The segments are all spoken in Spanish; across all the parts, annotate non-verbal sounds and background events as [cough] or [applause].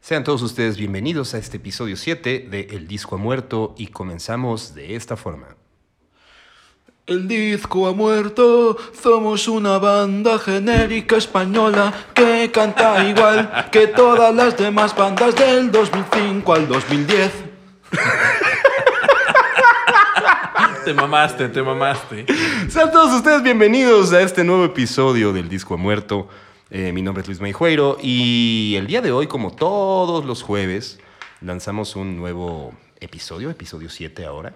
Sean todos ustedes bienvenidos a este episodio 7 de El Disco ha Muerto y comenzamos de esta forma. El disco ha muerto, somos una banda genérica española que canta igual que todas las demás bandas del 2005 al 2010. Te mamaste, te mamaste. Sean todos ustedes bienvenidos a este nuevo episodio del Disco ha Muerto. Eh, mi nombre es Luis Meijueiro y el día de hoy, como todos los jueves, lanzamos un nuevo episodio, episodio 7 ahora.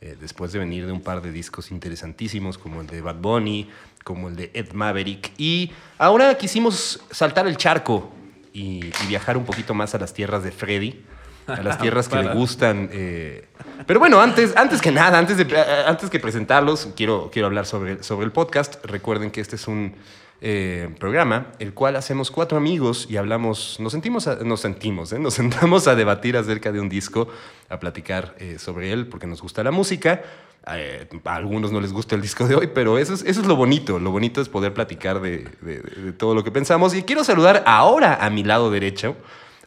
eh, después de venir de un par de discos interesantísimos como el de Bad Bunny, como el de Ed Maverick. Y ahora quisimos saltar el charco y, y viajar un poquito más a las tierras de Freddy. A las tierras que le Para. gustan. eh. Pero bueno, antes, antes que nada, antes, de, eh, antes que presentarlos, quiero, quiero hablar sobre, sobre el podcast. Recuerden que este es un eh, programa el cual hacemos cuatro amigos y hablamos, nos sentimos, a- nos sentimos, eh, nos [laughs] sentamos a debatir acerca de un disco, a platicar eh, sobre él porque nos gusta la música. Eh, a algunos no les gusta el disco de hoy, pero eso es, eso es lo bonito. Lo bonito es poder platicar de, de- de- de todo lo que pensamos. Y quiero saludar ahora a mi lado derecho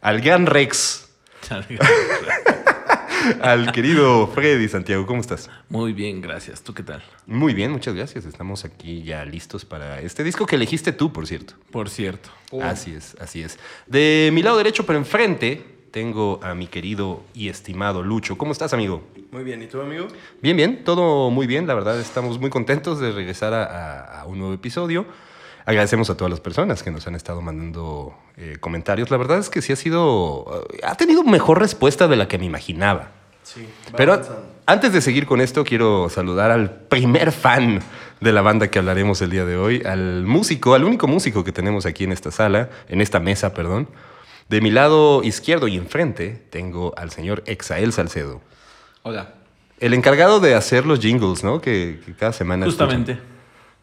al gran Rex. Al querido Freddy Santiago, ¿cómo estás? Muy bien, gracias. ¿Tú qué tal? Muy bien, muchas gracias. Estamos aquí ya listos para este disco que elegiste tú, por cierto. Por cierto. Así es, así es. De mi lado derecho, pero enfrente, tengo a mi querido y estimado Lucho. ¿Cómo estás, amigo? Muy bien, ¿y tú, amigo? Bien, bien, todo muy bien. La verdad, estamos muy contentos de regresar a, a- a un nuevo episodio. Agradecemos a todas las personas que nos han estado mandando eh, comentarios. La verdad es que sí ha sido. eh, ha tenido mejor respuesta de la que me imaginaba. Sí, Pero antes de seguir con esto, quiero saludar al primer fan de la banda que hablaremos el día de hoy, al músico, al único músico que tenemos aquí en esta sala, en esta mesa, perdón. De mi lado izquierdo y enfrente tengo al señor Exael Salcedo, Hola. el encargado de hacer los jingles, ¿no? Que, que cada semana. escuchan. Justamente.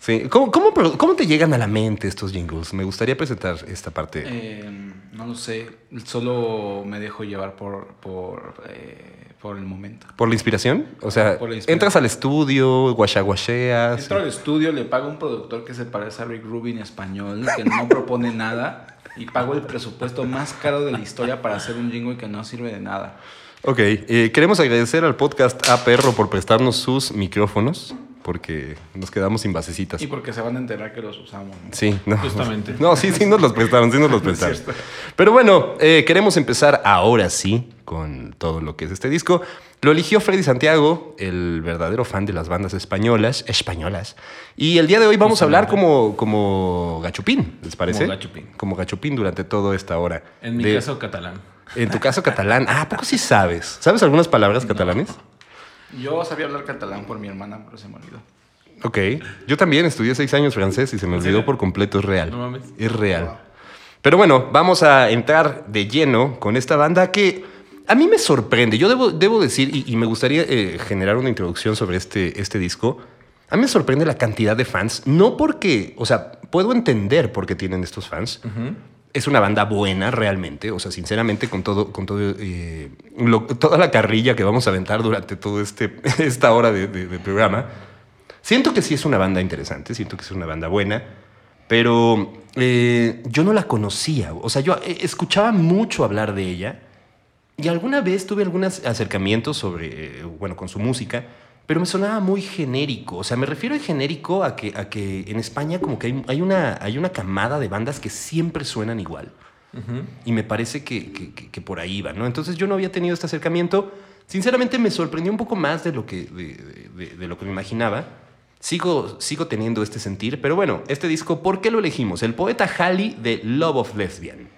Sí. ¿Cómo, cómo, pro- cómo te llegan a la mente estos jingles? Me gustaría presentar esta parte. Eh, no lo sé, solo me dejo llevar por, por, eh, por el momento. ¿Por la inspiración? O sea, Por la inspiración. entras al estudio, guachaguacheas. Entro al estudio, le pago a un productor que se parece a Rick Rubin español, que no propone nada, y pago el presupuesto más caro de la historia para hacer un jingle que no sirve de nada. Ok, eh, queremos agradecer al podcast A Perro por prestarnos sus micrófonos, porque nos quedamos sin basecitas. Y porque se van a enterar que los usamos. ¿no? Sí, no. Justamente. No, sí, sí nos los prestaron, sí nos [laughs] los prestaron. Pero bueno, eh, queremos empezar ahora sí con todo lo que es este disco. Lo eligió Freddy Santiago, el verdadero fan de las bandas españolas, españolas. Y el día de hoy vamos a hablar como, como gachupín, ¿les parece? Como gachupín. Como gachupín durante toda esta hora. En mi De- caso, catalán. En tu caso, catalán. Ah, ¿a poco sí sabes? ¿Sabes algunas palabras catalanes? Yo sabía hablar catalán por mi hermana, pero se me olvidó. Ok. Yo también estudié seis años francés y se me olvidó serio? por completo. Es real. No mames. Es real. Pero bueno, vamos a entrar de lleno con esta banda que a mí me sorprende. Yo debo, debo decir, y, y me gustaría eh, generar una introducción sobre este, este disco. A mí me sorprende la cantidad de fans. No porque, o sea, puedo entender por qué tienen estos fans. Es una banda buena realmente, o sea, sinceramente con todo, con todo, eh, lo- toda la carrilla que vamos a aventar durante todo este [laughs] esta hora de, de- de programa, siento que sí es una banda interesante, siento que es una banda buena, pero eh, yo no la conocía, o sea, yo eh, escuchaba mucho hablar de ella y alguna vez tuve algunos acercamientos sobre, eh, bueno, con su música, pero me sonaba muy genérico, o sea, me refiero a genérico a que, a que en España como que hay, hay una, hay una camada de bandas que siempre suenan igual. Y me parece que, que- que- que por ahí va, ¿no? Entonces yo no había tenido este acercamiento. Sinceramente me sorprendió un poco más de lo que, de, de- de- de lo que me imaginaba. Sigo, sigo teniendo este sentir, pero bueno, este disco, ¿por qué lo elegimos? El poeta Halley de Love of Lesbian.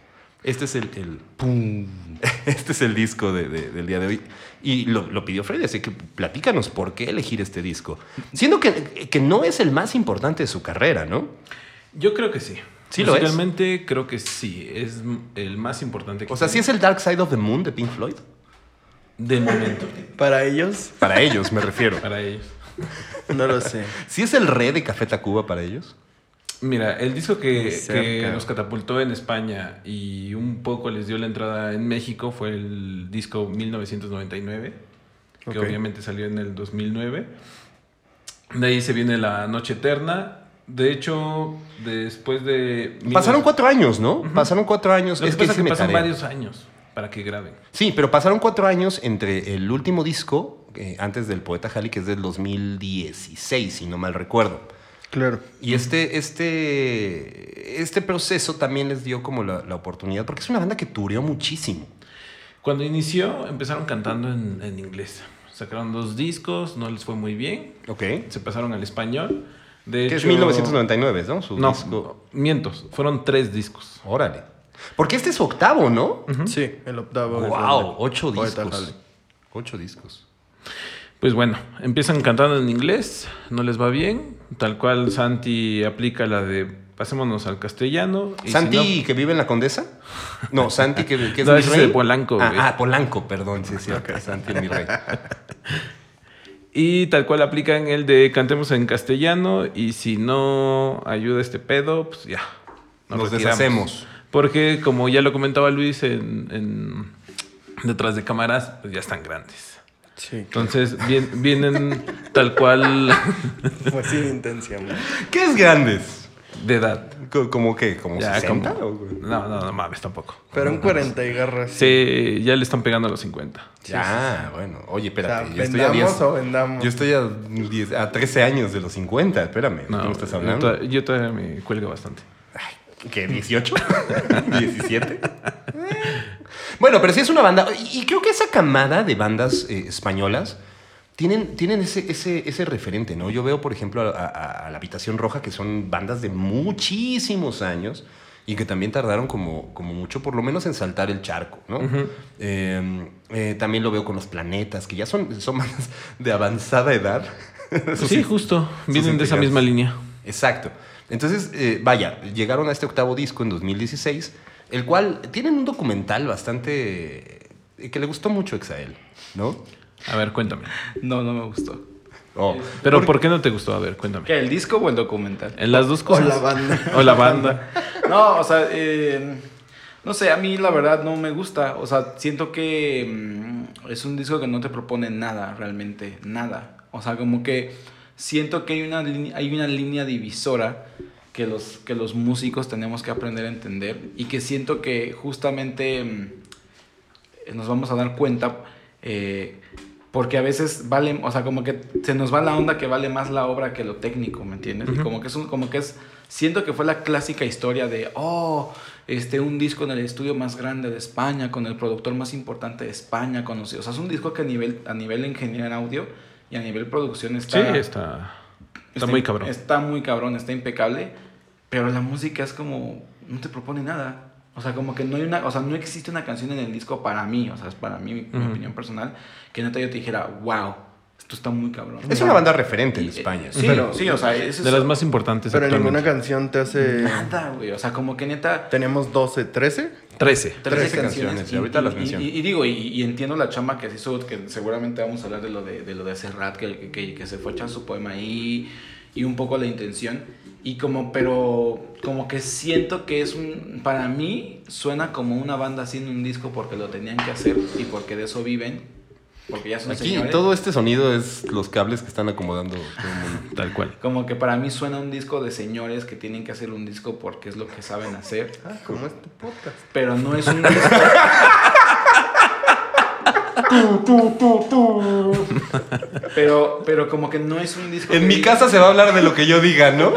Este es el, el- [laughs] este es el disco de- de- del día de hoy. Y lo, lo pidió Freddy, así que platícanos por qué elegir este disco. Siendo que, que no es el más importante de su carrera, ¿no? Yo creo que sí. ¿Sí lo es? Realmente creo que sí. Es m- el más importante que O sea, sí tiene. es el Dark Side of the Moon de Pink Floyd. De momento. Para ellos, Para ellos, me refiero. Para ellos. no lo sé. ¿Sí es el re de Café Tacuba para ellos? Mira, el disco Muy que, cerca. que nos catapultó en España y un poco les dio la entrada en México fue el disco 1999, que Ok. obviamente salió en el 2009. De ahí se viene La Noche Eterna. De hecho, después de... Pasaron cuatro años, ¿no? Pasaron cuatro años. Lo que es que, pasa sí es que me pasan tareo. varios años. para que graben. Sí, pero pasaron cuatro años entre el último disco, eh, antes del Poeta Halley, que es del 2016, si no mal recuerdo. Claro. Y este, este, este proceso también les dio como la, la oportunidad, porque es una banda que tureó muchísimo. Cuando inició, empezaron cantando en, en inglés. Sacaron dos discos, no les fue muy bien. Ok. Que Se pasaron al español. De es hecho- 1999, ¿no? Su No, disco. mientos. Fueron tres discos. Órale. Porque este es su octavo, ¿no? Sí, el octavo. es Wow, donde- ocho Poeta discos. Halley. Ocho discos. Pues bueno, empiezan cantando en inglés, no les va bien. Tal cual Santi aplica la de pasémonos al castellano. y si Santi no- que vive en la Condesa. No, Santi que, que es No, mi ese es rey. de Polanco, Ah, güey. ah, Polanco, perdón, sí, sí, ok, Santi es mi rey. y tal cual aplican el de cantemos en castellano y si no ayuda este pedo, pues ya. Nos retiramos. deshacemos. Porque como ya lo comentaba Luis en, en- detrás de cámaras, pues ya están grandes. Sí. Entonces vien- vienen tal cual Fue así de intensa, güey. ¿Qué es grandes? de edad. Co- ¿Cómo qué? ¿Como Ya, 60? como- o qué? No, no, no mames, tampoco. Pero un 40 y garras. Sí, ya le están pegando a los 50. Ya, bueno. Oye, O espérate. sea, yo estoy a 10. ¿vendamos o vendamos? Yo estoy a, 10 a 13 años de los 50. Espérame. ¿De qué me estás hablando? Yo, to- yo todavía me cuelgo bastante. ¿Qué? [laughs] ¿18? ¿17? bueno, pero sí es una banda. Y y creo que esa camada de bandas eh, españolas tienen, tienen ese, ese, ese referente, ¿no? Yo veo, por ejemplo, a, a- a La Habitación Roja, que son bandas de muchísimos años y que también tardaron como, como mucho, por lo menos, en saltar el charco, ¿no? Eh, eh, también lo veo con Los Planetas, que ya son, son bandas de avanzada edad. Eso sí, justo. sus Vienen de esa integrantes. misma línea. Exacto. Entonces, eh, vaya, llegaron a este octavo disco en 2016, el cual tienen un documental bastante eh, que le gustó mucho a Exael, ¿no? A ver, cuéntame. No, no me gustó. Oh. Pero ¿por, qué no te gustó? A ver, cuéntame. ¿Qué, el disco o el documental? En las dos O cosas. la banda. O la [laughs] banda. No, o sea, eh, no sé, a mí la verdad no me gusta. O sea, siento que mm, es un disco que no te propone nada, realmente, nada. O sea, como que siento que hay una, línea- hay una línea divisora que los, que los músicos tenemos que aprender a entender y que siento que justamente mm, nos vamos a dar cuenta. eh, porque a veces vale, o sea, como que se nos va la onda que vale más la obra que lo técnico, ¿me entiendes? Y Ujú. como que es un, como que es, siento que fue la clásica historia de, oh, este, un disco en el estudio más grande de España, con el productor más importante de España, conocido. O sea, es un disco que a nivel, a nivel ingeniería en audio y a nivel producción Sí, está... está. Está muy cabrón. Está muy cabrón, está impecable, pero la música es como, no te propone nada. O sea, como que no hay una, o sea, no existe una canción en el disco para mí, o sea, es para mí, mi, mi Ujú. opinión personal, que neta yo te dijera, wow, esto está muy cabrón. Es una banda referente en Y- eh, España. Sí, Pero- sí, o sea, eso De es las más importantes. Pero ninguna actualmente. canción te hace. nada, güey, o sea, como que neta... Tenemos 12, 13. 13. 13 Trece canciones, canciones, y, y ahorita y- las y- menciono. y- y digo, y, y entiendo la chamba que se hizo, que seguramente vamos a hablar de lo de, de lo de Serrat, que, que- que- que se fue a echar su poema ahí, y un poco la intención, y como, pero como que siento que es un, para mí suena como una banda haciendo un disco porque lo tenían que hacer y porque de eso viven, porque ya son Aquí señores. todo este sonido es los cables que están acomodando todo el mundo. Tal cual. Como que para mí suena un disco de señores que tienen que hacer un disco porque es lo que saben hacer, Ah, como este podcast. pero no [laughs] es un disco... Pero, pero como que no es un disco. En que mi diga- casa se va a hablar de lo que yo diga, ¿no?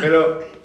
Pero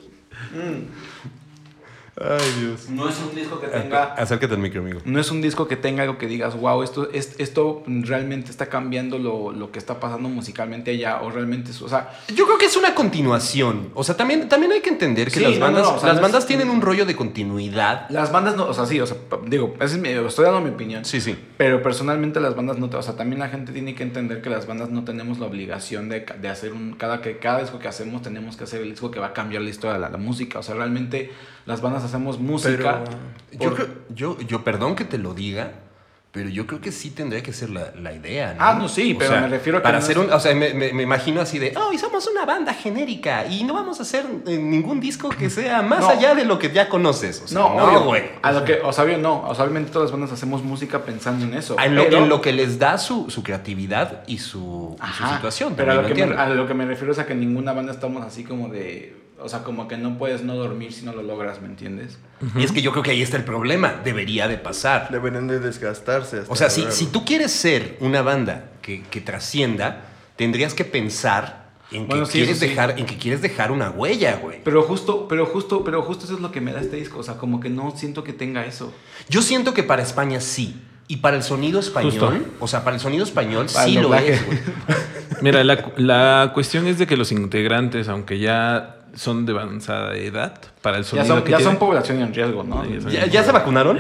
Ay, Dios. no es un disco que tenga. Acércate al micro, amigo. Eh, No es un disco que tenga algo que digas, wow, esto, es- esto realmente está cambiando lo, lo que está pasando musicalmente allá. O realmente es. O sea, Yo creo que es una continuación. O sea, también, también hay que entender que Sí, las no, bandas, no, o sea, las no es- bandas tienen un rollo de continuidad. las bandas no. O sea, sí, o sea, pa- digo, esa es mi- estoy dando mi opinión. Sí, sí. Pero personalmente las bandas no, te- o sea, también la gente tiene que entender que las bandas no tenemos la obligación de, ca- de hacer un, cada que cada disco que hacemos tenemos que hacer el disco que va a cambiar la historia de la, la música. O sea, realmente las bandas hacemos música. Yo, por- creo- yo, yo, perdón que te lo diga, pero yo creo que sí tendría que ser la, la idea. ¿no? Ah, no, sí, O pero sea, me refiero a que para no hacer es- un, o sea, me, me- me imagino así de, oh, y somos una banda genérica y no vamos a hacer eh, ningún disco que [laughs] sea más No. allá de lo que ya conoces. O sea, No, obvio. güey. A lo que, o sea, obvio no. O sea, obviamente todas las bandas hacemos música pensando en eso. En lo, pero- en lo que les da su, su creatividad y su, y su Ajá, situación. Pero también a lo, lo que me, entiendo. a lo que me refiero es a que ninguna banda estamos así como de. o sea, como que no puedes no dormir si no lo logras, ¿me entiendes? Y es que yo creo que ahí está el problema. Debería de pasar. Deberían de desgastarse. hasta O sea, si, lograrlo. si tú quieres ser una banda que, que trascienda, tendrías que pensar en que, Bueno, sí, quieres eso sí. dejar, en que quieres dejar una huella, güey. Pero justo, pero justo, pero justo eso es lo que me da este disco, o sea, como que no siento que tenga eso. Yo siento que para España sí. Y para el sonido español, Justo. o sea, para el sonido español Para el sí lo doblaje. es, [laughs] güey. Mira, la, cu- la cuestión es de que los integrantes, aunque ya son de avanzada edad, para el Ya sonido son, que ya tienen- son población en riesgo, ¿no? Sí, ya son- ¿Ya, ya se vacunaron?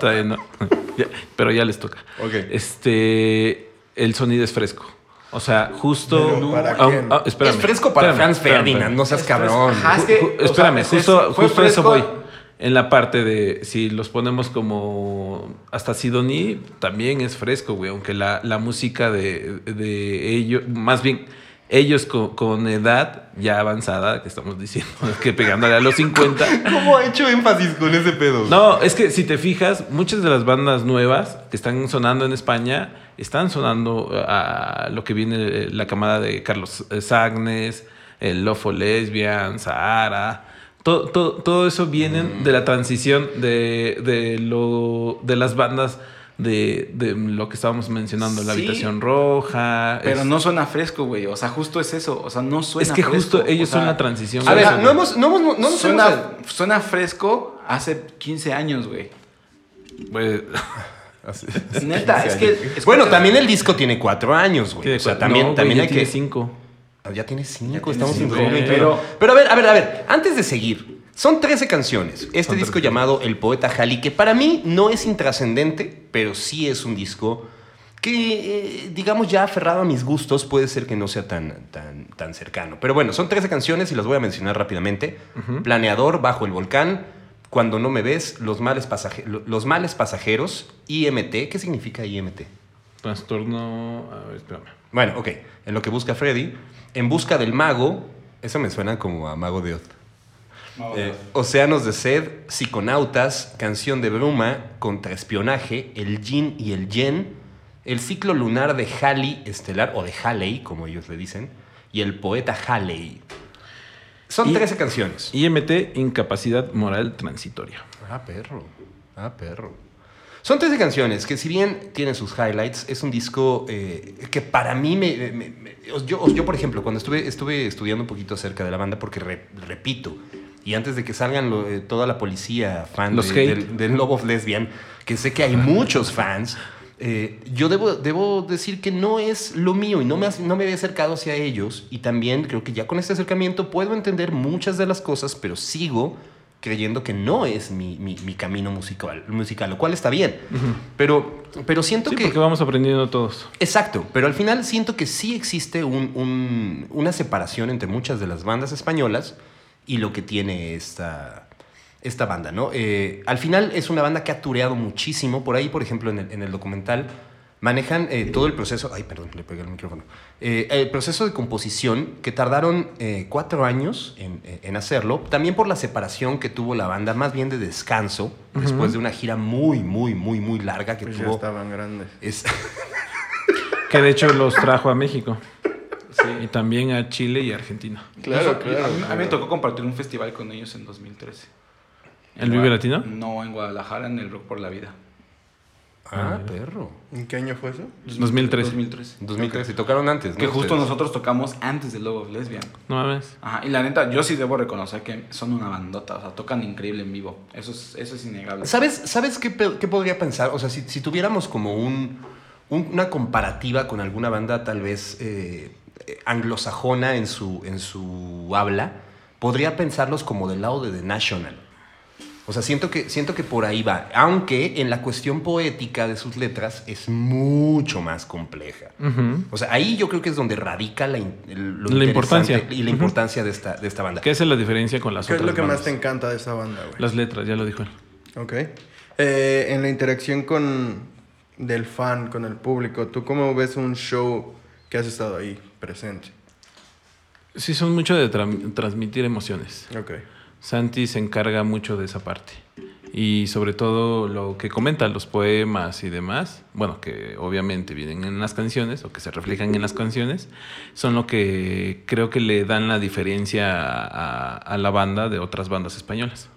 Todavía no. [laughs] Ya, pero ya les toca. Ok. Este, el sonido es fresco. O sea, justo. Pero ¿para aun- quién? ah, espérame, es fresco para espérame, Franz espérame, Ferdinand, no seas Es cabrón. fresco. Ajá. Ah, es Ju- que, ju- o sea, espérame, es- justo, fue justo a eso fresco. voy. En la parte de si los ponemos como hasta Sidoní, también es fresco, güey. Aunque la, la música de, de ellos, más bien, ellos co- con, edad ya avanzada, que estamos diciendo, [laughs] que pegándole a los 50. ¿Cómo ha hecho énfasis con ese pedo? No, es que si te fijas, muchas de las bandas nuevas que están sonando en España están sonando eh, a lo que viene eh, la camada de Carlos eh, Sagnes, el Lofo Lesbian, Sahara. Todo, todo, todo eso vienen Mm. de la transición de, de, lo, de las bandas de, de lo que estábamos mencionando, la Sí. Habitación Roja. Pero es- no suena fresco, güey. O sea, justo es eso. O sea, no suena Es que fresco, justo ellos o sea, son la transición. A de eso, ver, no güey. hemos, no hemos, no nos suena, hemos- suena fresco hace 15 años, güey. Pues, Neta, es que. escucha- Bueno, también el disco tiene cuatro años, güey. [laughs] tiene O sea, pues, cuatro- también, no, güey, también ya hay tiene que. cinco. Ah, Ya tiene cinco, Ya tiene estamos cinco, en 2021. pero- Pero, a ver, a ver, a ver, antes de seguir, son 13 canciones. Este Son disco 13. llamado El Poeta Jali, que para mí no es intrascendente, pero sí es un disco que, eh, digamos, ya aferrado a mis gustos, puede ser que no sea tan, tan, tan cercano. Pero bueno, son 13 canciones y las voy a mencionar rápidamente. Planeador, Bajo el Volcán, Cuando no me ves, Los males, pasaje- los males pasajeros, IMT. ¿Qué significa IMT? Trastorno. A ver, espérame. Bueno, ok. En lo que busca Freddy. En busca del mago. Eso me suena como a Mago de Oz. Eh, Océanos de sed, psiconautas, canción de bruma, contraespionaje, el yin y el yen, el ciclo lunar de Halley estelar, o de Halley, como ellos le dicen, y el poeta Halley. Son Y- 13 canciones. IMT, incapacidad moral transitoria. Ah, perro. Ah, perro. Son 13 canciones que si bien tienen sus highlights, es un disco eh, que para mí me... me- me- yo, yo, por ejemplo, cuando estuve, estuve estudiando un poquito acerca de la banda, porque re- repito, y antes de que salgan lo- eh, toda la policía fan Los de- hate. del, del Love of Lesbian, que sé que hay muchos fans, eh, yo debo, debo decir que no es lo mío y no me, has- no me había acercado hacia ellos. Y también creo que ya con este acercamiento puedo entender muchas de las cosas, pero sigo creyendo que no es mi, mi- mi camino musical, musical, lo cual está bien. pero, pero siento Sí, que... porque vamos aprendiendo todos. Exacto, pero al final siento que sí existe un- un- una separación entre muchas de las bandas españolas y lo que tiene esta, esta banda, ¿no? Eh, al final es una banda que ha tureado muchísimo. Por ahí, por ejemplo, en el, en el documental manejan eh, todo el proceso. Ay, perdón, le pegué el micrófono. Eh, el proceso de composición que tardaron eh, cuatro años en, en hacerlo. También por la separación que tuvo la banda, más bien de descanso, después de una gira muy, muy, muy, muy larga que Pues ya tuvo. estaban grandes. Es- [laughs] Que de hecho los trajo a México. Y también a Chile y Argentina. Claro, Nosotros- claro. A mí, a mí me claro. tocó compartir un festival con ellos en 2013. ¿El Vive Latino? No, en Guadalajara, en el Rock por la Vida. Ah, perro. ¿En qué año fue eso? 2013. 2013. 2013, tocaron antes, ¿no? Que justo Ustedes. nosotros tocamos antes del Love of Lesbian. No mames. Ajá, y la neta, yo sí debo reconocer que son una bandota. O sea, tocan increíble en vivo. Eso es, eso es innegable. ¿Sabes, ¿Sabes qué, pe- qué podría pensar? O sea, si, si tuviéramos como un, un- una comparativa con alguna banda tal vez eh, eh, anglosajona en su, en su habla, podría pensarlos como del lado de The National. O sea, siento que, siento que por ahí va. Aunque en la cuestión poética de sus letras es mucho más compleja. Ujú. O sea, ahí yo creo que es donde radica la, in- el- lo La interesante importancia. y la Ujú. importancia de, esta, de esta banda. ¿Qué hace la diferencia con las ¿Qué es otras lo que más bandas? te encanta de esa banda, güey? Las letras, ya lo dijo él. Ok. Eh, en la interacción con del fan, con el público, ¿tú cómo ves un show que has estado ahí presente? Sí, son mucho de tra- transmitir emociones. Ok. Santi se encarga mucho de esa parte. y sobre todo lo que comentan los poemas y demás, bueno, que obviamente vienen en las canciones o que se reflejan en las canciones, son lo que creo que le dan la diferencia a, a la banda de otras bandas españolas.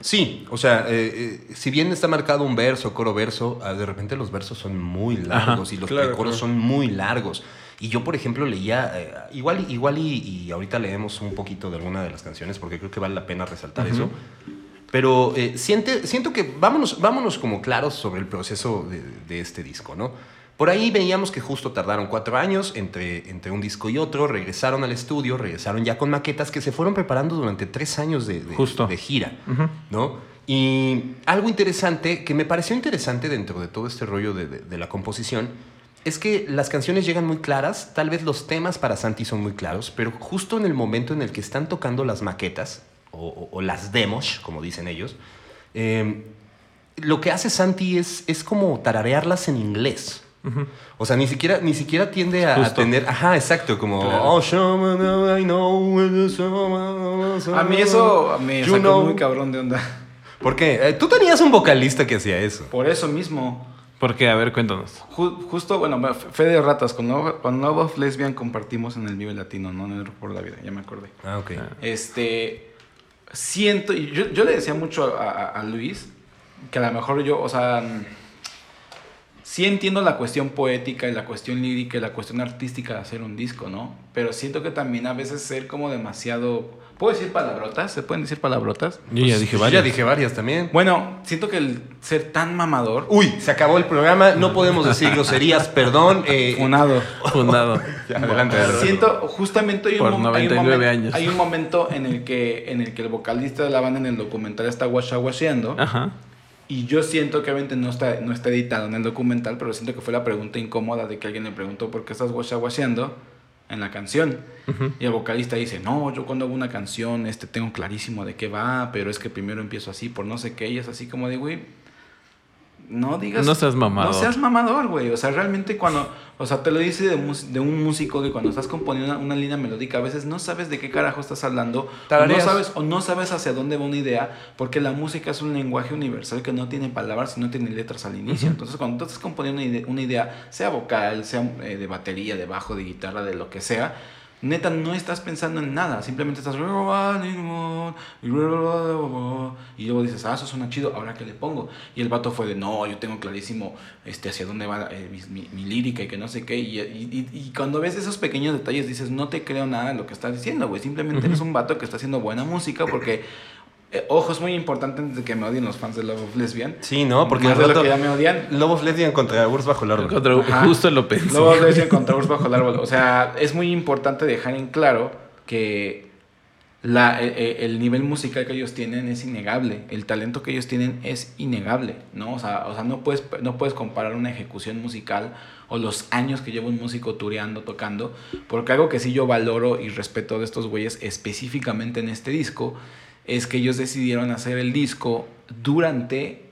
Sí, o sea, eh, eh, si bien está marcado un verso, coro, verso, ah, de repente los versos son muy largos y los claro, coros claro. son muy largos. Y yo, por ejemplo, leía, eh, igual, igual y, y ahorita leemos un poquito de alguna de las canciones porque creo que vale la pena resaltar eso. Pero eh, siente, siento que vámonos, vámonos como claros sobre el proceso de, de este disco, ¿no? Por ahí veíamos que justo tardaron cuatro años entre, entre un disco y otro, regresaron al estudio, regresaron ya con maquetas que se fueron preparando durante tres años de, de- Justo. de gira, ¿no? Y algo interesante, que me pareció interesante dentro de todo este rollo de, de- de la composición, es que las canciones llegan muy claras, tal vez los temas para Santi son muy claros, pero justo en el momento en el que están tocando las maquetas, o, o- o las demos, como dicen ellos, eh, lo que hace Santi es, es como tararearlas en inglés. O sea, ni siquiera, ni siquiera tiende a, a Justo. tener. Ajá, exacto, como. Claro. "Oh, shaman, I know, A mí eso me You sacó know". muy cabrón de onda. ¿Por qué? Eh, Tú tenías un vocalista que hacía eso. Por eso mismo. Porque, a ver, cuéntanos. Ju- justo, bueno, F- Fede de Ratas, con Love, con Love of Lesbian compartimos en el Vive Latino, no en el Rock por la Vida, ya me acordé. Ah, ok. Este, siento, y yo, yo le decía mucho a, a- a Luis, que a lo mejor yo, o sea, mm, sí entiendo la cuestión poética y la cuestión lírica y la cuestión artística de hacer un disco, ¿no? Pero siento que también a veces ser como demasiado... ¿Puedo decir palabrotas? ¿Se pueden decir palabrotas? Yo Pues, ya dije Yo varias. Ya dije varias también. Bueno, siento que el ser tan mamador... Uy, se acabó el programa. No podemos [laughs] decir groserías, perdón. eh, Funado. [laughs] Fundado. adelante. Siento, justamente hay un, Por mom- hay un 99 momen- años. hay un momento en el, que, en el que el vocalista de la banda en el documental está guachaguacheando. Ajá. Y yo siento que obviamente no está, no está editado en el documental, pero siento que fue la pregunta incómoda de que alguien le preguntó por qué estás guachaguacheando en la canción. Y el vocalista dice, no, yo cuando hago una canción este, tengo clarísimo de qué va, pero es que primero empiezo así por no sé qué. Y es así como de, güey, no digas... No seas mamador. No seas mamador, güey. O sea, realmente cuando... O sea, te lo dice de, mus- de un músico que cuando estás componiendo una, una línea melódica a veces no sabes de qué carajo estás hablando. o No Tarareas. sabes o no sabes hacia dónde va una idea, porque la música es un lenguaje universal que no tiene palabras y no tiene letras al inicio. Entonces, cuando tú estás componiendo una ide- una idea, sea vocal, sea eh, de batería, de bajo, de guitarra, de lo que sea, neta no estás pensando en nada, simplemente estás y luego dices, "Ah, eso suena chido, ahora que le pongo." Y el vato fue de, "No, yo tengo clarísimo este hacia dónde va eh, mis- mi, mi lírica y que no sé qué." Y, y- y- y cuando ves esos pequeños detalles dices, "No te creo nada de lo que estás diciendo, güey, simplemente eres un vato que está haciendo buena música porque eh, ojo, es muy importante antes de que me odien los fans de Love of Lesbian. Sí, no, porque Más al de lo rato- que ya me odian. Lobos Lesbian contra Urs bajo el árbol. Contra- Ajá. Justo lo pensé. Luego lo dicen contra Urs bajo el árbol. O sea, es muy importante dejar en claro que la, eh, eh, el nivel musical que ellos tienen es innegable. El talento que ellos tienen es innegable, ¿no? O sea, o sea no, puedes, no puedes comparar una ejecución musical o los años que lleva un músico tureando, tocando, porque algo que sí yo valoro y respeto de estos güeyes específicamente en este disco es que ellos decidieron hacer el disco durante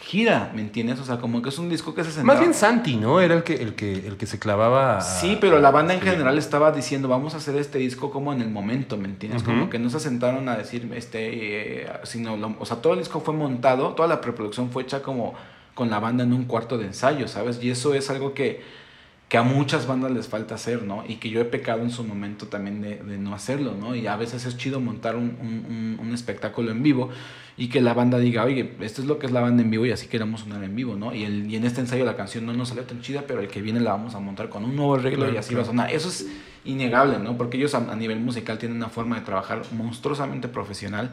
gira, ¿me entiendes? O sea, como que es un disco que se Más centraba- bien Santi, ¿no? Era el que, el que, el que se clavaba. a- Sí, pero la banda en Sí. general estaba diciendo, vamos a hacer este disco como en el momento, ¿me entiendes? Como Ujú. que no se sentaron a decir, este, eh, sino, lo- o sea, todo el disco fue montado, toda la preproducción fue hecha como con la banda en un cuarto de ensayo, ¿sabes? Y eso es algo que, que a muchas bandas les falta hacer, ¿no? Y que yo he pecado en su momento también de, de no hacerlo, ¿no? Y a veces es chido montar un, un- un- un espectáculo en vivo y que la banda diga, oye, esto es lo que es la banda en vivo y así queremos sonar en vivo, ¿no? Y, el, y en este ensayo la canción no nos salió tan chida, pero el que viene la vamos a montar con un nuevo arreglo y Claro, así va a sonar. Eso es innegable, ¿no? Porque ellos a, a nivel musical tienen una forma de trabajar monstruosamente profesional.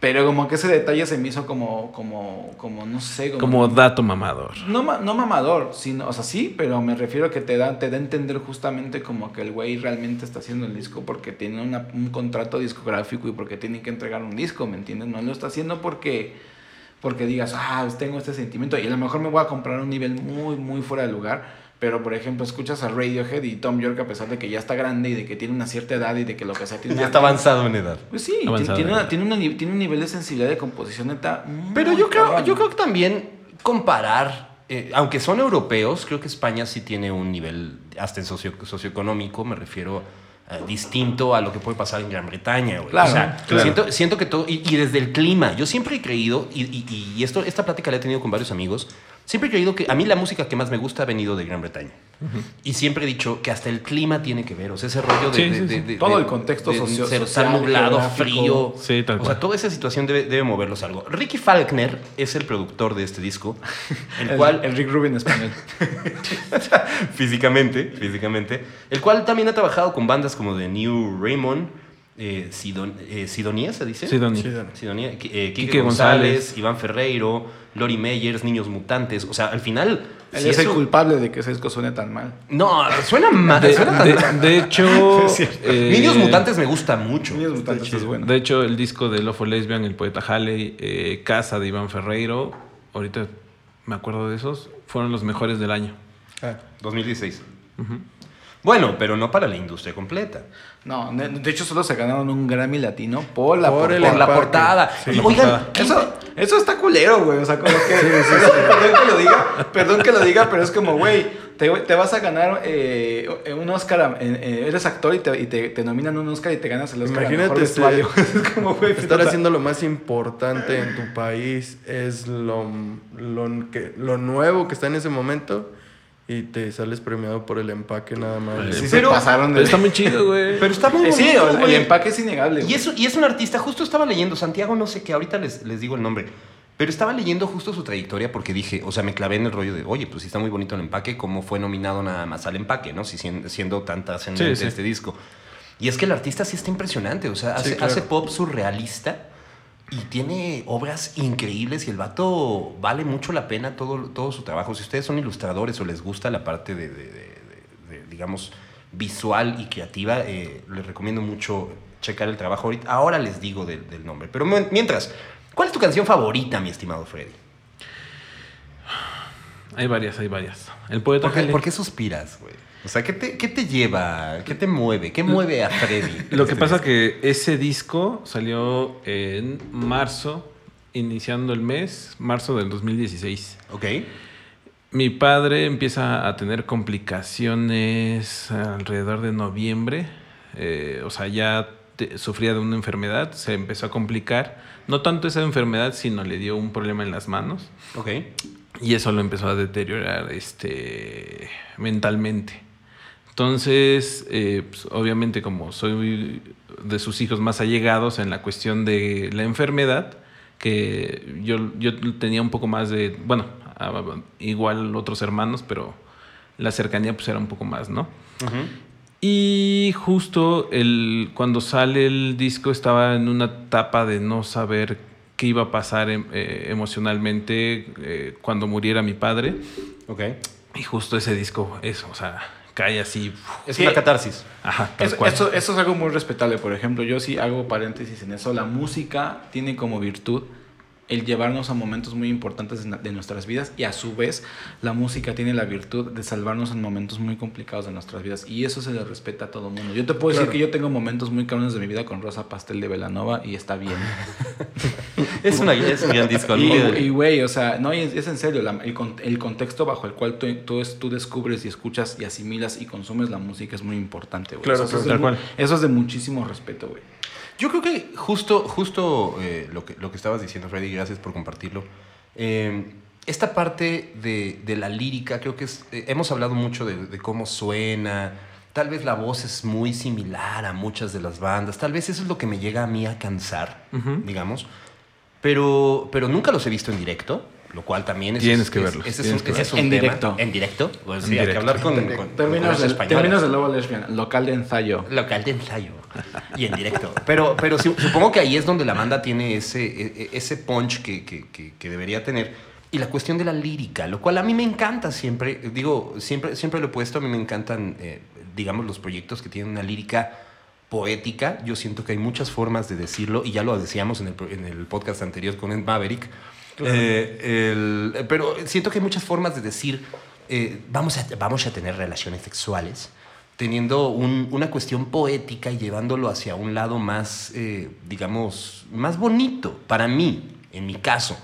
Pero como que ese detalle se me hizo como, como, como, no sé, Como dato mamador. no, ma- no mamador, sino, o sea, sí, pero me refiero a que te da, te da a entender justamente como que el güey realmente está haciendo el disco porque tiene una- un contrato discográfico y porque tiene que entregar un disco, ¿me entiendes? No lo está haciendo porque, porque digas, ah, tengo este sentimiento y a lo mejor me voy a comprar a un nivel muy, muy fuera de lugar. Pero, por ejemplo, escuchas a Radiohead y Tom York, a pesar de que ya está grande y de que tiene una cierta edad y de que lo que sea tiene Ya una- está avanzado en edad. Pues sí, tiene, Avanzado, tiene una- ya. tiene una ni- tiene un nivel de sensibilidad de composición neta. muy Pero yo creo, cabrón. yo creo que también comparar, eh, aunque son europeos, creo que España sí tiene un nivel, hasta en socio- socioeconómico, me refiero eh, distinto a lo que puede pasar en Gran Bretaña, güey. Claro, o sea, claro. siento, siento que todo, y, y desde el clima, yo siempre he creído, y, y- y esto, esta plática la he tenido con varios amigos, siempre he creído que a mí la música que más me gusta ha venido de Gran Bretaña. Y siempre he dicho que hasta el clima tiene que ver, o sea, ese rollo de... Sí, de- sí, sí. de- de- Todo de- el contexto de socio- ser- social, Estar nublado, geográfico. frío. Sí, tal O sea, cual. toda esa situación debe, debe moverlos algo. Ricky Falkner es el productor de este [laughs] disco, el El, cual el Rick Rubin español. físicamente, físicamente. El cual también ha trabajado con bandas como The New Raymond, eh, Sidon- eh, Sidonía, ¿se dice? Sí, Donnie. Sí, dale. Sidonía, eh, Quique, Quique González, González. Iván Ferreiro, Lori Meyers, Niños Mutantes. O sea, al final. Él si es eso- el culpable de que ese disco suene tan mal. No, suena mal. De, Ah, suena tan de- mal. de hecho. eh, Niños Mutantes me gusta mucho. Niños Mutantes es bueno. De hecho, el disco de Lofo Lesbian, el poeta Halley, eh, Casa de Iván Ferreiro, ahorita me acuerdo de esos, fueron los mejores del año. Ah, 2016. Bueno, pero no para la industria completa. No, ne- de hecho solo se ganaron un Grammy latino por la, Por por el la empaque. portada. Sí, Y, la Oigan, portada. eso, eso está culero, güey. O sea, como [laughs] que. perdón que lo diga, perdón que lo diga, pero es como, güey, te, te vas a ganar eh, un Oscar. a- eh, eh, eres actor y, te, y te, te nominan un Oscar y te ganas el Oscar. a Imagínate mejor este- vestuario. [laughs] es como, güey, Estar puta. haciendo lo más importante en tu país es lo, lo, que, lo nuevo que está en ese momento y te sales premiado por el empaque nada más. Sí, se Pero- pasaron de. Pero está muy chido, güey. Pero está muy Eh, bonito, sí, o sea, el güey. empaque es innegable. Y güey. es, y es un artista, justo estaba leyendo, Santiago no sé qué, ahorita les, les digo el nombre, pero estaba leyendo justo su trayectoria porque dije, o sea, me clavé en el rollo de, oye, pues sí está muy bonito el empaque, cómo fue nominado nada más al empaque, ¿no? Si sien- siendo tan trascendente Sí, sí. este disco. Y es que el artista sí está impresionante, o sea, Sí, hace, claro. hace pop surrealista y tiene obras increíbles y el vato vale mucho la pena todo, todo su trabajo. Si ustedes son ilustradores o les gusta la parte de, de- de- de- de, digamos, visual y creativa, eh, les recomiendo mucho checar el trabajo ahorita. Ahora les digo del, del nombre. Pero mien- mientras, ¿cuál es tu canción favorita, mi estimado Freddy? Hay varias, hay varias. El poeta ¿Por qué, Halley. por qué suspiras, güey? O sea, ¿qué te, qué te lleva? ¿Qué te mueve? ¿Qué mueve a Freddy? Lo que pasa que ese disco salió en marzo, iniciando el mes, marzo del 2016. Ok. Mi padre empieza a tener complicaciones alrededor de noviembre. Eh, o sea, ya te- sufría de una enfermedad, se empezó a complicar. No tanto esa enfermedad, sino le dio un problema en las manos. Ok. Y eso lo empezó a deteriorar este, mentalmente. Entonces, eh, pues, obviamente como soy de sus hijos más allegados en la cuestión de la enfermedad, que yo, yo tenía un poco más de, bueno, a- igual otros hermanos, pero la cercanía pues era un poco más, ¿no? Y justo el, cuando sale el disco estaba en una etapa de no saber qué iba a pasar em- eh, emocionalmente eh, cuando muriera mi padre. Ok. Y justo ese disco, eso, o sea, cae así. uf, Es Sí. una catarsis. Ajá, tal Eso, cual. eso- eso es algo muy respetable, por ejemplo, yo sí hago paréntesis en eso. La música tiene como virtud el llevarnos a momentos muy importantes de na- de nuestras vidas y a su vez la música tiene la virtud de salvarnos en momentos muy complicados de nuestras vidas y eso se le respeta a todo mundo. Yo te puedo Claro. decir que yo tengo momentos muy cabrones de mi vida con Rosa Pastel de Velanova y está bien. Es, una, es un gran disco. Y, ¿no? y, güey, o sea, no, y es, es en serio, la- el, con- el contexto bajo el cual tú, tú, es- tú descubres y escuchas y asimilas y consumes la música es muy importante, güey. Claro, O sea, eso, es claro, de tal cual. mu- eso es de muchísimo respeto, güey. Yo creo que justo, justo eh, lo, que, lo que estabas diciendo, Freddy, gracias por compartirlo. Eh, esta parte de, de la lírica, creo que es, eh, hemos hablado mucho de, de cómo suena. Tal vez la voz es muy similar a muchas de las bandas. Tal vez eso es lo que me llega a mí a cansar, Ujú. digamos. Pero, pero nunca los he visto en directo, lo cual también es. Tienes es- que verlos, ese es tienes un- que ese es un En tema. directo. En directo. Pues En sí, hay que directo. hablar con, con- con Términos los de, españoles. términos de Lobo Lesbian, local de ensayo. Local de ensayo y en directo. Pero, pero sí, supongo que ahí es donde la banda tiene ese, e- e- ese punch que, que- que- que debería tener. Y la cuestión de la lírica, lo cual a mí me encanta siempre. Digo, siempre, siempre lo he puesto, a mí me encantan, eh, digamos, los proyectos que tienen una lírica poética. Yo siento que hay muchas formas de decirlo y ya lo decíamos en el, pro- en el podcast anterior con Ed Maverick. Eh, el- pero siento que hay muchas formas de decir, eh, vamos, a, vamos a tener relaciones sexuales teniendo un- una cuestión poética y llevándolo hacia un lado más, eh, digamos, más bonito para mí, en mi caso.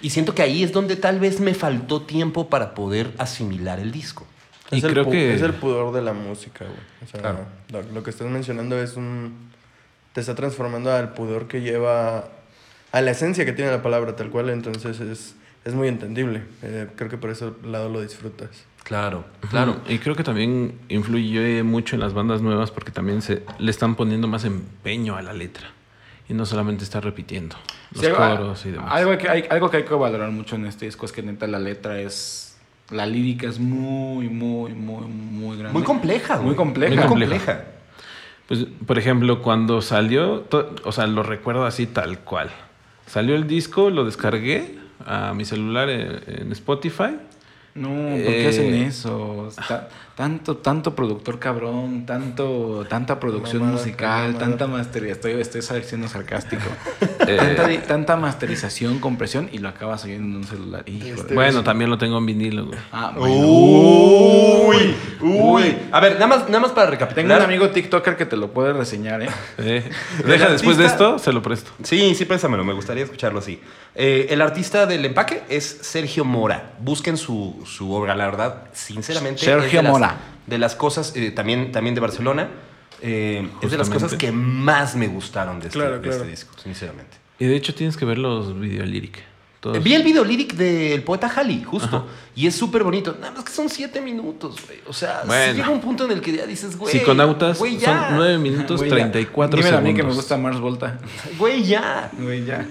Y siento que ahí es donde tal vez me faltó tiempo para poder asimilar el disco. Y es el creo pu- que- Es el pudor de la música, güey. O sea, Claro. lo, lo que estás mencionando es un... Te está transformando al pudor que lleva... A la esencia que tiene la palabra, tal cual. Entonces es, es muy entendible. Eh, creo que por ese lado lo disfrutas. Claro, Claro, y creo que también influye mucho en las bandas nuevas porque también se le están poniendo más empeño a la letra y no solamente está repitiendo los Sí, algo- coros y demás. Algo que, hay, algo que hay que valorar mucho en este disco es que neta la letra es... La lírica es muy, muy, muy, muy grande. Muy compleja, güey. Muy compleja. Muy compleja. Pues, por ejemplo, cuando salió, to- o sea, lo recuerdo así tal cual. Salió el disco, lo descargué a mi celular en, en Spotify. No, ¿por qué Eh, hacen eso? Está- tanto, tanto productor cabrón, tanto, tanta producción Mamada, musical, mamada. tanta masterización. Estoy, estoy sal- siendo sarcástico. Eh, tanta, di- tanta masterización, compresión y lo acabas oyendo en un celular. Híjole. Este- bueno, también lo tengo en vinilo. [laughs] güey. Ah, uh. bueno. Uy, uy. A ver, nada más, nada más para recapitular. Tengo un amigo TikToker que te lo puede reseñar, ¿eh? Eh, deja después de artista- esto, se lo presto. Sí, sí, pésamelo, me gustaría escucharlo así. Eh, el artista del empaque es Sergio Mora. Busquen su, su obra, la verdad, sinceramente. Sergio es de las- Mora. de las cosas, eh, también, también de Barcelona, eh, es de las Justamente. cosas que más me gustaron de este, Claro, de claro. este disco, sinceramente. Y de hecho tienes que ver los videolíric. Eh, Todos. Vi el video lyric del poeta Halley, justo, Ajá. y es súper bonito. Nada más que son siete minutos, güey. O sea, sí Bueno. llega un punto en el que ya dices, güey. Psiconautas güey, son ya, 9 minutos Güey, ya. 34 Dímelo segundos. a mí que me gusta Mars Volta. Güey, ya. Güey, ya.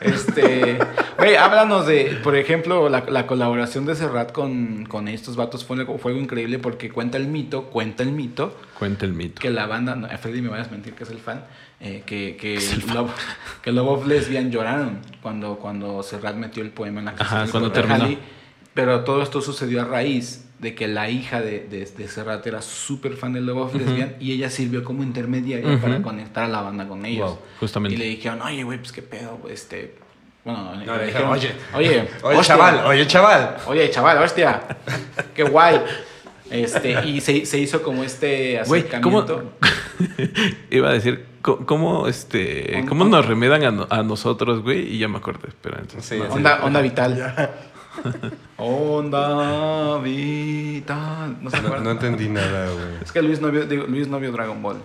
Este. Güey, háblanos de, por ejemplo, la, la colaboración de Serrat con, con estos vatos fue, algo- fue algo increíble porque cuenta el mito, cuenta el mito, Cuenta el mito. que la banda, no, Freddy me vayas a mentir que es el fan, eh, que, que, Love, que Love of Lesbian lloraron cuando, cuando Serrat metió el poema en la Ajá, canción cuando de Corral terminó. Halley. pero todo esto sucedió a raíz de que la hija de, de, de Serrat era súper fan de Love of Lesbian y ella sirvió como intermediaria Ujú. para conectar a la banda con ellos. Wow, justamente. Y le dijeron, oye, güey, pues qué pedo, este... Bueno, No, le dijeron, dijeron, oye, oye, Oye, hostia, chaval, oye, chaval. Oye, chaval, hostia. Qué guay. Este, y se, se hizo como este Güey, ¿cómo- acercamiento. [laughs] Iba a decir, co- ¿cómo, este, Un- cómo un- nos remedan a, no- a nosotros, güey? Y ya me acordé, espera. entonces, Sí, no, sí. onda, onda vital. [laughs] onda vital. No se No, acuerdan. no entendí nada, güey. Es que Luis no vio, digo, Luis no vio Dragon Ball.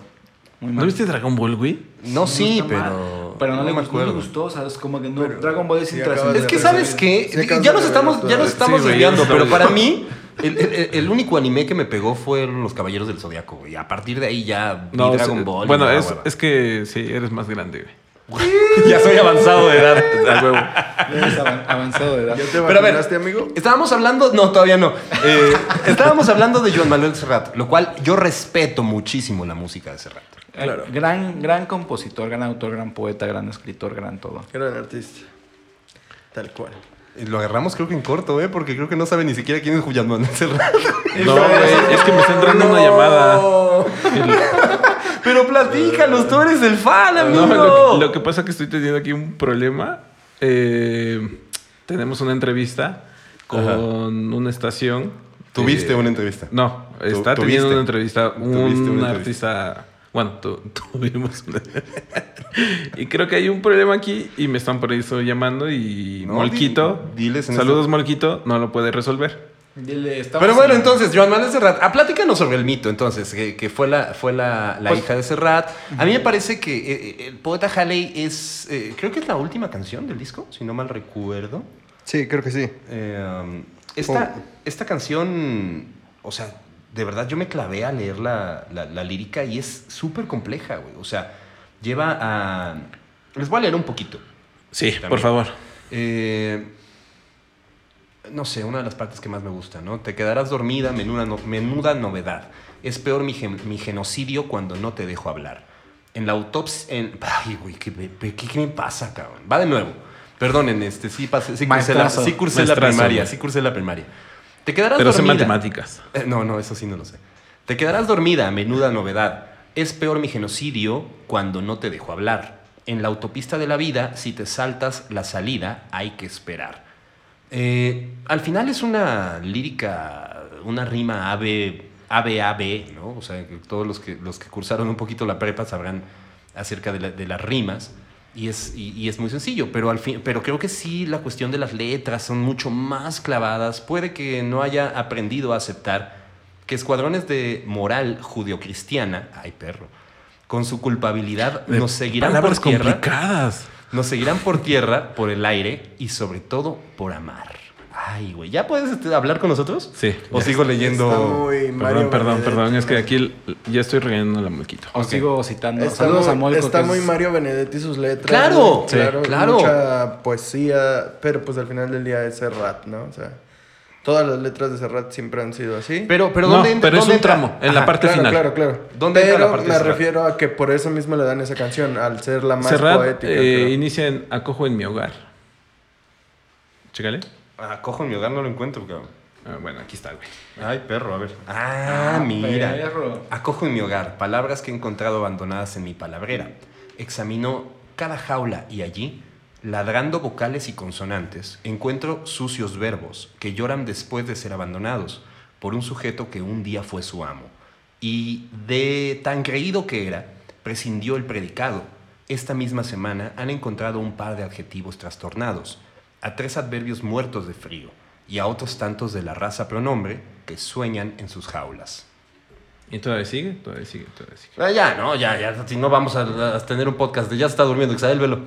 Muy ¿No mal. viste Dragon Ball, güey? No, sí, Está mal. pero. Pero no, le, me gustó, no le acuerdo. gustó, o sea, es como que no. Dragon Ball es sí, interesante. acabas Es que, Sí, ¿sabes sí, qué? sí, acabas Ya de nos estamos, revelar ya nos todo. estamos Sí, güey, desviando, sí, pero sí. para mí, el, el- el único anime que me pegó fue Los Caballeros del Zodiaco, güey. A partir de ahí ya vi No, Dragon sí, Ball. y Bueno, me da es, hueva. es que sí, eres más grande, güey. [laughs] ya soy avanzado de edad. A huevo. [laughs] Es avan- avanzado de edad. ¿Ya te Pero a ver, vacunaste, amigo? Estábamos hablando, no, todavía no. Eh, estábamos hablando de Joan Manuel Serrat, lo cual yo respeto muchísimo la música de Serrat. Eh, Claro. Gran, gran compositor, gran autor, gran poeta, gran escritor, gran todo. Gran artista. Tal cual. Y Lo agarramos creo que en corto, ¿eh? Porque creo que no sabe ni siquiera quién es Joan Manuel Serrat. No, eh, eh, güey, es que me está entrando una llamada. Pero platícanos, tú eres el fan, No, amigo. lo, que- lo que pasa es que estoy teniendo aquí un problema. Eh, tenemos una entrevista con Ajá. una estación. Tuviste eh, una entrevista. No, está Tu- teniendo tuviste. una entrevista un Tuviste una artista. Bueno, tu- [laughs] tuvimos una. y creo que hay un problema aquí y me están por eso llamando y No, Molquito. di- diles en saludos, este- Molquito. No lo puede resolver. Dile, estamos Pero bueno, en- entonces, Joan Manuel Serrat, ah, platícanos sobre el mito, entonces, que, que fue la, fue la, la Pues- hija de Serrat. A mí me parece que eh, eh, el poeta Haley es, eh, creo que es la última canción del disco, si no mal recuerdo. Sí, creo que sí. Eh, um, esta, Oh. esta canción, o sea, de verdad yo me clavé a leer la, la- la lírica y es súper compleja, güey. O sea, lleva a... Les voy a leer un poquito. Sí, También. por favor. Eh, no sé, una de las partes que más me gusta, ¿no? Te quedarás dormida, menuda, no- menuda novedad. Es peor mi, gen- mi genocidio cuando no te dejo hablar. En la autopsia... en- ay, güey, ¿qué, me- qué, qué me pasa, cabrón? Va de nuevo. Perdonen, este, sí, pasé, sí cursé, la, Maestrazo. sí cursé la Maestrazo, primaria, güey. sí cursé la primaria. Te quedarás Pero sé dormida. matemáticas. Eh, No, no, eso sí no lo sé. Te quedarás dormida, menuda novedad. Es peor mi genocidio cuando no te dejo hablar. En la autopista de la vida, si te saltas la salida, hay que esperar. Eh, al final es una lírica, una rima ave, ave, ave, ¿no? O sea, que todos los que, los que cursaron un poquito la prepa sabrán acerca de, la- de las rimas. Y es, y, y es muy sencillo, pero, al fin, pero creo que sí la cuestión de las letras son mucho más clavadas. Puede que no haya aprendido a aceptar que escuadrones de moral judio-cristiana, ay perro, con su culpabilidad nos seguirán por Eh, Palabras tierra, complicadas. nos seguirán por tierra, por el aire y sobre todo por amar. Ay, güey, ¿ya puedes este, hablar con nosotros? Sí. O sigo leyendo. Está muy Perdón, Mario perdón, Benedetti, perdón. Es que ¿no? aquí l- ya estoy regañando la muquito. Os sigo citando. Está, Saludos muy, a Molco. está que es- muy Mario Benedetti sus letras. ¡Claro! ¿no? Sí, claro. Mucha poesía, pero pues al final del día es Serrat, ¿no? O sea, todas las letras de Serrat siempre han sido así. Pero, pero no, ¿dónde entra- pero es dónde un entra? tramo, en la Ajá. parte claro, final. claro, claro. ¿Dónde pero entra la parte de me Serrat? refiero a que por eso mismo le dan esa canción, al ser la más Serrat poética. eh, creo. inicia en Acojo en mi hogar. Chécale. Ah, cojo en mi hogar, no lo encuentro, cabrón. Ah, bueno, aquí está, güey. Ay, perro, a ver. Ah, Ah, mira. perro. Acojo en mi hogar palabras que he encontrado abandonadas en mi palabrera. Examino cada jaula y allí, ladrando vocales y consonantes, encuentro sucios verbos que lloran después de ser abandonados por un sujeto que un día fue su amo. Y de tan creído que era, prescindió el predicado. Esta misma semana han encontrado un par de adjetivos trastornados, a tres adverbios muertos de frío y a otros tantos de la raza pronombre que sueñan en sus jaulas. Y todavía sigue, todavía sigue, todavía sigue. Ah, ya, no, ya, ya, si no vamos a, a tener un podcast de ya se está durmiendo, Xael, velo.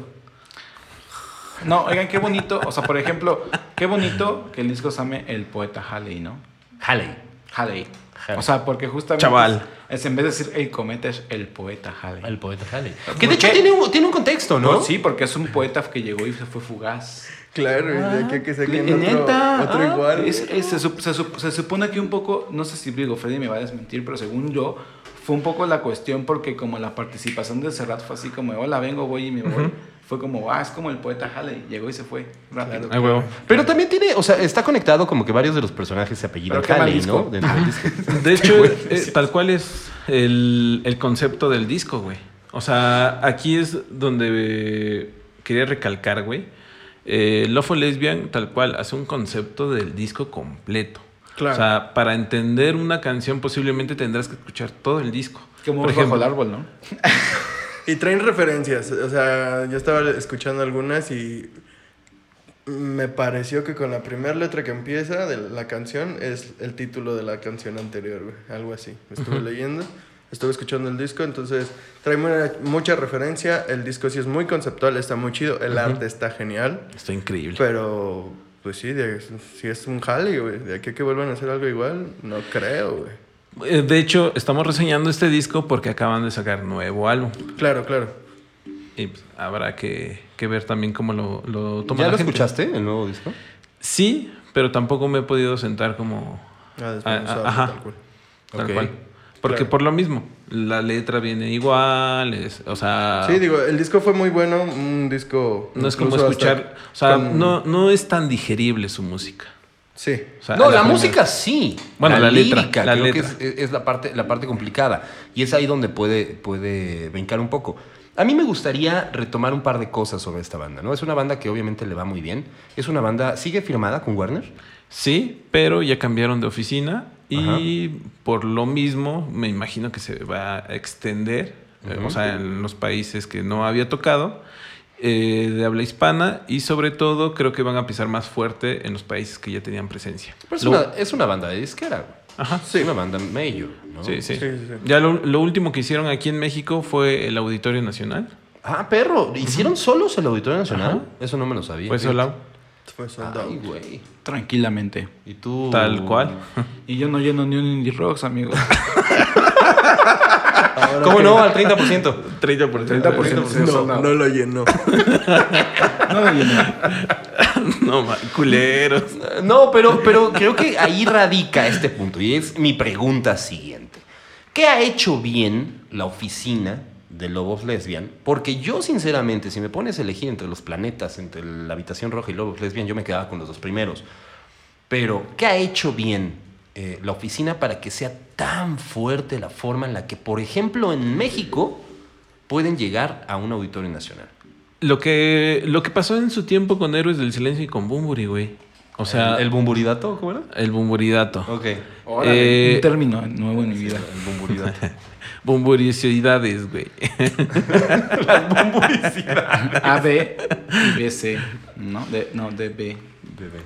No, oigan, qué bonito. O sea, por ejemplo, qué bonito que el disco se llame El Poeta Halley, ¿no? Halley. Halley. Halley. O sea, porque justamente. Chaval. Es, es en vez de decir el cometa, es el poeta Halley. El poeta Halley. Que ¿Por de hecho qué? tiene un, tiene un contexto, ¿no? Pues sí, porque es un poeta que llegó y se fue fugaz. Claro, y de aquí a que se Le- quede otro, Ah, neta, otro ah, igual. es- es- se, sup- se sup- se supone que un poco, no sé si digo, Freddy me va a desmentir, pero según yo, fue un poco la cuestión porque como la participación de Serrat fue así como, hola, vengo, voy y me voy. Fue como, ah, es como el poeta Halley. Llegó y se fue. Rápido. Ah, huevo. Pero también tiene, o sea, está conectado como que varios de los personajes se apellidan Pero qué mal Halley, disco. ¿no? Dentro del disco. [laughs] De hecho, eh, tal cual es el, el concepto del disco, güey. O sea, aquí es donde eh, quería recalcar, güey. Eh, Lofo Lesbian, tal cual, hace un concepto del disco completo. Claro. O sea, para entender una canción posiblemente tendrás que escuchar todo el disco. Como Por bajo ejemplo, el árbol, ¿no? Y traen referencias. O sea, yo estaba escuchando algunas y me pareció que con la primera letra que empieza de la canción es el título de la canción anterior, güey, Algo así. Estuve leyendo, estuve escuchando el disco, entonces trae mu- mucha referencia. El disco sí es muy conceptual, está muy chido. El arte está genial, Está increíble. pero pues sí, de- si es un jale, güey. De aquí a que vuelvan a hacer algo igual, no creo, güey. Eh, De hecho, estamos reseñando este disco porque acaban de sacar nuevo álbum. Claro, claro. Y pues, habrá que, que ver también cómo lo, lo toma ¿Ya la lo gente. escuchaste, el nuevo disco? Sí, pero tampoco me he podido sentar como A Ah, desmenuzarlo, ajá. tal cual. tal Ok. cual. Porque Claro. por lo mismo, la letra viene igual, es- o sea, Sí, digo, el disco fue muy bueno, un disco... Ah. no es como incluso hasta escuchar, o sea, con- no, no es tan digerible su música. Sí, O sea, a No, la, primera- música sí. Bueno, la letra, lírica, la creo letra. que es, es- es la, parte, la parte complicada. Y es ahí donde puede, puede brincar un poco. A mí me gustaría retomar un par de cosas sobre esta banda, ¿no? Es una banda que obviamente le va muy bien. Es una banda. ¿Sigue firmada con Warner? Sí, pero ya cambiaron de oficina y por lo mismo me imagino que se va a extender, eh, o sea, en los países que no había tocado eh, de habla hispana y sobre todo creo que van a pisar más fuerte en los países que ya tenían presencia. Pero es, Lo- Pues una, es una banda de disquera, güey. Ajá. Es una banda mayor, ¿no? Sí, sí. Sí, sí, sí. Ya lo, lo último que hicieron aquí en México fue el Auditorio Nacional. Ah, perro. ¿Hicieron solos el Auditorio Nacional? Ajá. Eso no me lo sabía. Fue Solao. fue soldado. Ay, güey. Tranquilamente. Y tú. Tal [laughs] cual. Y yo no lleno ni un Indie Rocks, amigos. [laughs] ¿Cómo no? Al 30%. 30%. 30%. No, no, lo llenó. No lo llené. [laughs] no, ma- culeros. No, pero, pero creo que ahí radica este punto y es mi pregunta siguiente. ¿Qué ha hecho bien la oficina de Lobos Lesbian? Porque yo sinceramente, si me pones a elegir entre los planetas, entre la habitación roja y Lobos Lesbian, yo me quedaba con los dos primeros. Pero, ¿qué ha hecho bien eh, la oficina para que sea tan fuerte la forma en la que, por ejemplo, en México pueden llegar a un auditorio nacional? Lo que, lo que pasó en su tiempo con Héroes del Silencio y con Bumburi, güey. O sea, ¿El, el bumburidato? ¿Cómo era? el Bumburidato. Ok. Órale, Eh, un término nuevo en mi vida. [laughs] El bumburidato. Bumburicidades, [laughs] güey. A, B y B, C. No, de, no, de B.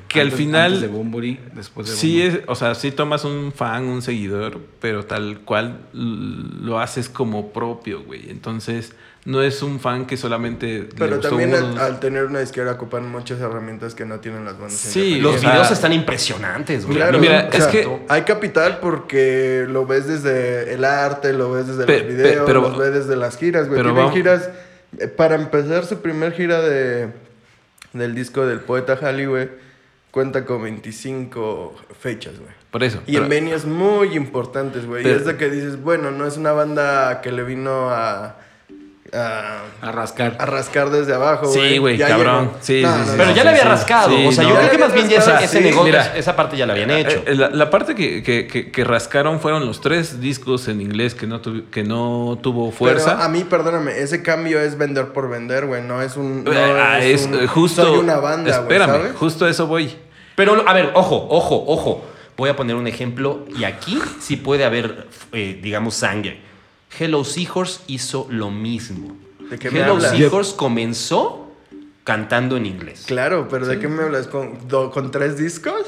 Que al Antes- final- antes de Bunbury, después de Sí, Bunbury. es, o sea, sí tomas un fan, un seguidor, pero tal cual l- lo haces como propio, güey. Entonces, no es un fan que solamente. le Pero gustó también uno. al, al tener una disquera ocupan muchas herramientas que no tienen las bandas. Sí, independientes. Los o sea, videos están impresionantes, güey. Claro, Mira, o es sea, que- hay capital porque lo ves desde el arte, lo ves desde Pe- los pe- videos, pero- lo ves desde las giras, güey. pero Tienen vam- giras eh, para empezar su primer gira de del disco del poeta Halley, güey. Cuenta con 25 fechas, güey. Por eso. Y pero- en venues muy importantes, güey. Y Pero- es de que dices, bueno, no es una banda que le vino a a, A rascar. a rascar desde abajo, güey. Sí, güey, Ya cabrón. llegó. Sí, sí, sí, Pero sí, ya le había sí. rascado. Sí, o sea, no. yo Ya creo que le más bien ya esa, rascado, ese sí. negocio, Mira. esa parte ya la habían hecho. Eh, La, la parte que, que- que- que rascaron fueron los tres discos en inglés que no, tuvi- que no tuvo fuerza. Pero a mí, perdóname, ese cambio es vender por vender, güey. No es un. No Ah, es, un- eh, justo. Soy una banda, güey. espérame, ¿sabes? justo a eso voy. Pero, a ver, ojo, ojo, ojo. Voy a poner un ejemplo y aquí sí puede haber, eh, digamos, sangre. Hello Seahorse hizo lo mismo. ¿De qué me Hello hablas? Seahorse comenzó cantando en inglés. Claro, pero ¿de qué me hablas? ¿Con, do- ¿Con tres discos?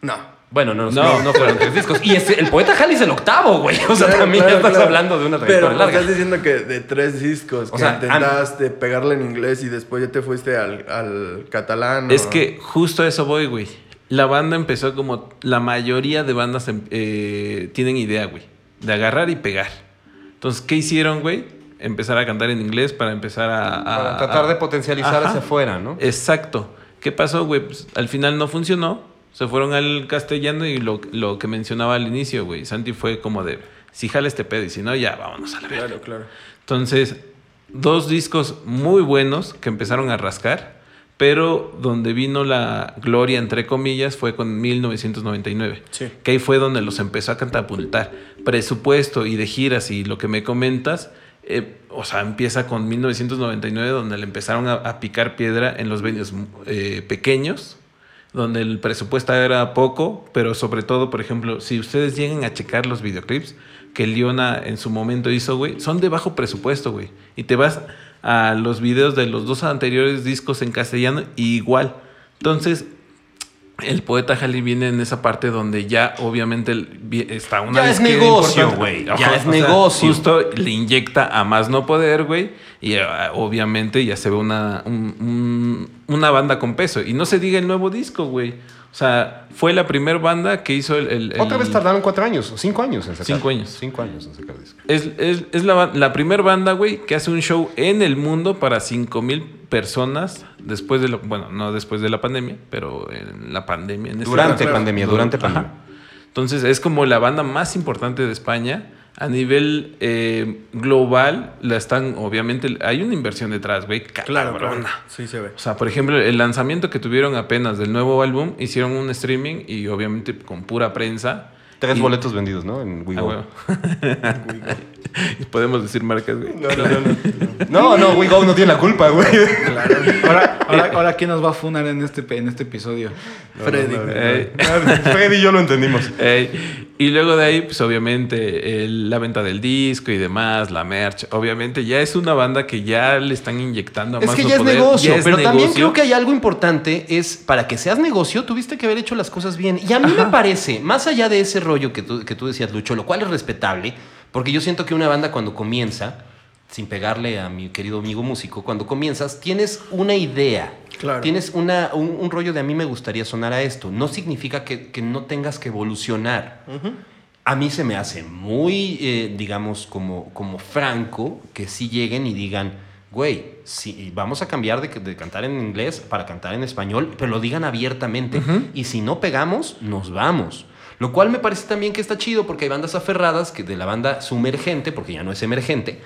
No. Bueno, no, no, No. no fueron tres discos. Y este, el poeta Halley es el octavo, güey. O sea, Claro, también claro, estás claro. hablando de una Pero trayectoria me larga. estás diciendo que de tres discos, O que sea, intentaste pegarle en inglés y después ya te fuiste al, al catalán. Es o- que justo a eso voy, güey. La banda empezó como la mayoría de bandas em- eh, tienen idea, güey, de agarrar y pegar. Entonces, ¿qué hicieron, güey? Empezar a cantar en inglés para empezar a... a- Para tratar a- de potencializar Ah, Ajá. hacia afuera, ¿no? Exacto. ¿Qué pasó, güey? Pues, al final no funcionó. Se fueron al castellano y lo, lo que mencionaba al inicio, güey. Santi fue como de, si jala este pedo y si no, ya vámonos a la verga. Claro, claro. Entonces, dos discos muy buenos que empezaron a rascar, pero donde vino la gloria, entre comillas, fue con 1999. Sí. Que ahí fue donde los empezó a catapultar. Presupuesto y de giras y lo que me comentas, eh, o sea, empieza con 1999, donde le empezaron a, a picar piedra en los venues eh, pequeños. Donde el presupuesto era poco, pero sobre todo, por ejemplo, si ustedes llegan a checar los videoclips, que Leona en su momento hizo, güey, son de bajo presupuesto, güey. Y te vas a los videos de los dos anteriores discos en castellano y igual. Entonces, el poeta Jalí viene en esa parte donde ya obviamente el- vi- está una Ya es disquera negocio, importante. güey. Ya Ajá, es negocio. Justo le inyecta a más no poder, güey. Y eh, obviamente ya se ve una, un- un- una banda con peso. Y no se diga el nuevo disco, güey. O sea, fue la primera banda que hizo el... el- Otra el- vez tardaron cuatro años, o cinco años en sacar. Cinco años. Cinco años en sacar disco. Es, es- es la, ba- la primer banda, güey, que hace un show en el mundo para 5 mil personas después de la... Bueno, no después de la pandemia, pero en la pandemia. en ese Durante momento. pandemia, durante pandemia. Entonces es como la banda más importante de España. A nivel eh, global, la están, obviamente, hay una inversión detrás, güey. Claro, claro. cabrona. Sí se ve. O sea, por ejemplo, el lanzamiento que tuvieron apenas del nuevo álbum, hicieron un streaming y obviamente con pura prensa. Tres Y- boletos vendidos, ¿no? En Ah, Wigo. [laughs] huevo. Podemos decir marcas, güey. No, no, no. no. No, no, WeGo no tiene la culpa, [laughs] güey. Ahora, ahora, ahora, ¿quién nos va a funar en este, pe- en este episodio? Freddy. Ey. Freddy y yo lo entendimos. Ey, y luego de ahí, pues obviamente, el- la venta del disco y demás, la merch. Obviamente, ya es una banda que ya le están inyectando a Es más que no ya es poder. negocio, Ya es pero también negocio. creo que hay algo importante, es para que seas negocio tuviste que haber hecho las cosas bien. Y a mí me parece, más allá de ese rollo que tú, que tú decías, Lucho, lo cual es respetable, porque yo siento que una banda cuando comienza, sin pegarle a mi querido amigo músico, cuando comienzas tienes una idea. Claro. Tienes una, un, un rollo de a mí me gustaría sonar a esto. No significa que, que no tengas que evolucionar. A mí se me hace muy, eh, digamos, como, como franco que si lleguen y digan, güey, si vamos a cambiar de, de cantar en inglés para cantar en español, pero lo digan abiertamente. Y si no pegamos, nos vamos. Lo cual me parece también que está chido porque hay bandas aferradas que de la banda sumergente, porque ya no es emergente,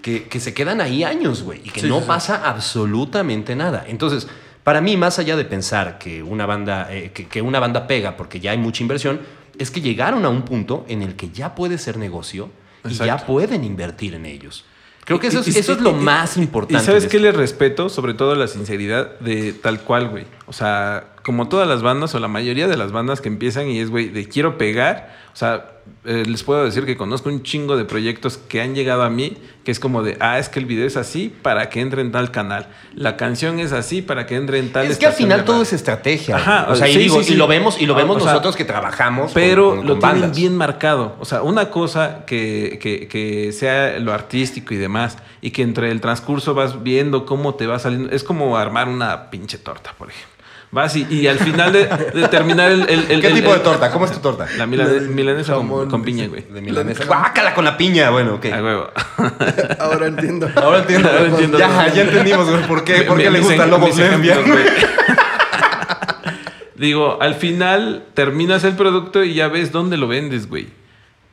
que, que se quedan ahí años, güey, y que no pasa absolutamente nada. Entonces, para mí, más allá de pensar que una banda, eh, que, que una banda pega porque ya hay mucha inversión, es que llegaron a un punto en el que ya puede ser negocio y ya Exacto. pueden invertir en ellos. Creo que eso, es, Y- y- eso es lo y- más ¿Y importante. sabes de qué esto. le respeto? Sobre todo la sinceridad de tal cual, güey. O sea, como todas las bandas o la mayoría de las bandas que empiezan y es, güey, de quiero pegar. O sea, eh, les puedo decir que conozco un chingo de proyectos que han llegado a mí, que es como de, ah, es que el video es así para que entre en tal canal. La canción es así para que entre en tal Es que al estación de final todo radio". es estrategia. Ajá, o sea, y sí, digo, sí, sí. y lo vemos, y lo O- vemos o sea, nosotros que trabajamos. con- Pero con- con lo tienen bandas. bien marcado. O sea, una cosa que, que- que sea lo artístico y demás, y que entre el transcurso vas viendo cómo te va saliendo. Es como armar una pinche torta, por ejemplo. Vas y, y al final de, de terminar el. el- el- ¿Qué el- tipo de el- torta? ¿Cómo es tu torta? La mila- Del milanesa con- jamón, con, piña, güey. De milanesa. Guácala con la piña, bueno, ok. A huevo. Ahora entiendo. Ahora [laughs] entiendo. Ahora entiendo. Ya, ya entendimos, güey, por qué, Me- por qué me- le mis gusta ej- Lobo mis Lesbia. ejemplos, güey. Digo, al final terminas el producto y ya ves dónde lo vendes, güey.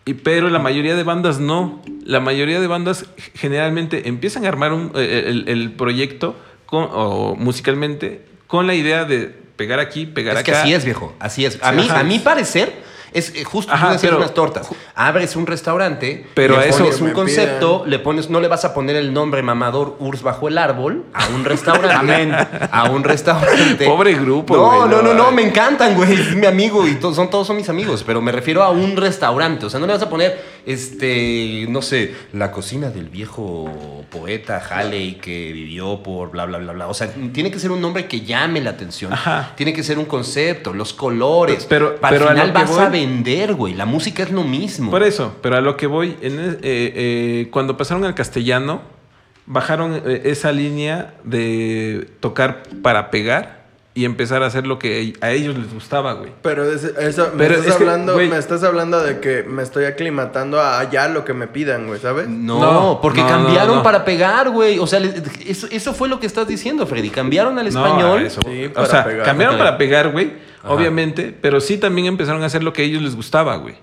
Y, pero la mayoría de bandas no. La mayoría de bandas g- generalmente empiezan a armar un- eh, el, el proyecto con- o musicalmente con la idea de pegar aquí, pegar Es acá. que así es, viejo. Así es. A Sí, mí, ajá. a mi parecer, es eh, justo Ajá, tú decías pero- unas tortas. Abres un restaurante, Pero a le eso- pones Me un pidan. concepto, le pones, no le vas a poner el nombre mamador Urs bajo el árbol a un [laughs] restaurante. Amén. A un restaurante. Pobre grupo, No, güey, no, no, no, no, ay. me encantan, güey. Es mi amigo y todos son, todos son mis amigos, pero me refiero a un restaurante. O sea, no le vas a poner. Este, no sé, la cocina del viejo poeta Haley que vivió por bla, bla, bla, bla. O sea, tiene que ser un nombre que llame la atención. Ajá. Tiene que ser un concepto, los colores. Pero- al pero a lo final que vas a voy- vender, güey. La música es lo mismo. Por eso, pero a lo que voy, en es- eh, eh, cuando pasaron al castellano, bajaron eh, esa línea de tocar para pegar y empezar a hacer lo que a ellos les gustaba, güey. Pero, es- eso- me, Pero estás es que, hablando, güey. me estás hablando de que me estoy aclimatando a allá lo que me pidan, güey, ¿sabes? No, No, porque no, cambiaron no, no. para pegar, güey. O sea, le- eso, eso fue lo que estás diciendo, Freddy. Cambiaron al No, español. a eso. Sí, o para sea, pegar. cambiaron Ok. para pegar, güey, obviamente, pero sí también empezaron a hacer lo que a ellos les gustaba, güey.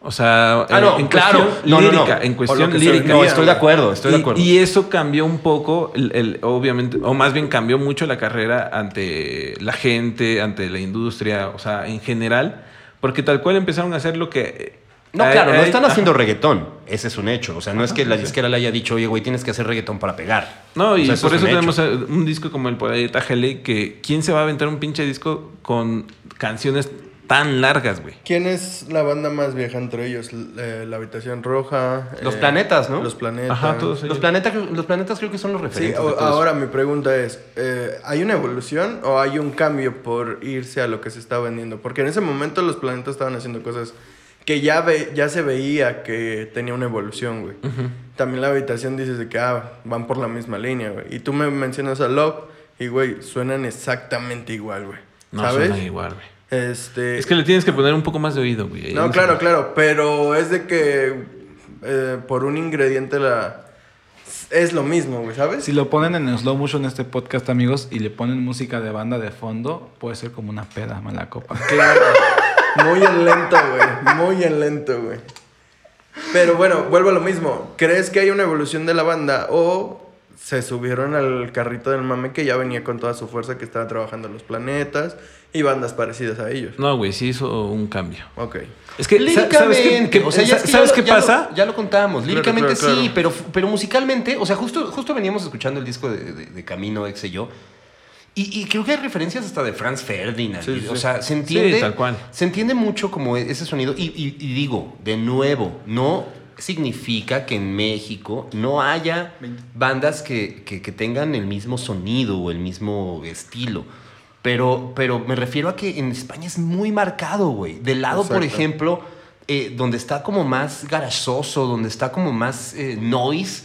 O sea, Ah, eh, no, en claro. cuestión No, no, no. lírica, en O cuestión lo que se lírica. No, estoy de acuerdo, estoy de Y- acuerdo. Y, eso cambió un poco, el, el- obviamente, o más bien cambió mucho la carrera ante la gente, ante la industria, o sea, en general, porque tal cual empezaron a hacer lo que... No, ay, claro, no ay, están ajá. haciendo reggaetón. Ese es un hecho. O sea, no es que la disquera le haya dicho, oye, güey, tienes que hacer reggaetón para pegar. Ah, No, O y sea, por es eso un hecho. tenemos eh, un disco como el Poeta Haley, que ¿quién se va a aventar un pinche disco con canciones tan largas, güey? ¿Quién es la banda más vieja entre ellos? L- eh, la Habitación Roja. eh, Los Planetas, ¿no? Los Planetas. Ajá, todos Los ellos. planetas, los planetas creo que son los Sí, referentes. o- de todo eso. ahora mi pregunta es, eh, ¿hay una evolución o hay un cambio por irse a lo que se está vendiendo? Porque en ese momento los planetas estaban haciendo cosas que ya, ve, ya se veía que tenía una evolución, güey. También la habitación dices de que ah, van por la misma línea, güey. Y tú me mencionas a Love y, güey, suenan exactamente igual, güey. No ¿Sabes? suena igual, güey. Este... Es que le tienes que poner un poco más de oído, güey. No, claro, claro, pero es de que eh, por un ingrediente la... Es lo mismo, güey, ¿sabes? Si lo ponen en slow motion este podcast, amigos, y le ponen música de banda de fondo, puede ser como una peda mala copa. Claro. Muy en lento, güey. Muy en lento, güey. Pero bueno, vuelvo a lo mismo. ¿Crees que hay una evolución de la banda o se subieron al carrito del mame que ya venía con toda su fuerza, que estaba trabajando los planetas y bandas parecidas a ellos? No, güey, sí hizo un cambio. Ok. Es que, sa- ¿sabes qué, Líricamente, qué- o sea, ya es sa- que ¿sabes ya qué lo- ya lo- pasa? Ya lo, contamos, líricamente claro, sí, claro. pero, pero musicalmente, o sea, justo, justo veníamos escuchando el disco de, de- de Camino, ex y yo, y, y creo que hay referencias hasta de Franz Ferdinand, Sí, y- sí. o sea, se entiende, Sí, tal cual. se entiende mucho como e-, ese sonido, y, y- y digo, de nuevo, no significa que en México no haya bandas que, que- que tengan el mismo sonido o el mismo estilo. Pero, pero me refiero a que en España es muy marcado, güey. Del lado, por Exacto. ejemplo, ejemplo, eh, donde está como más garazoso, donde está como más eh, noise,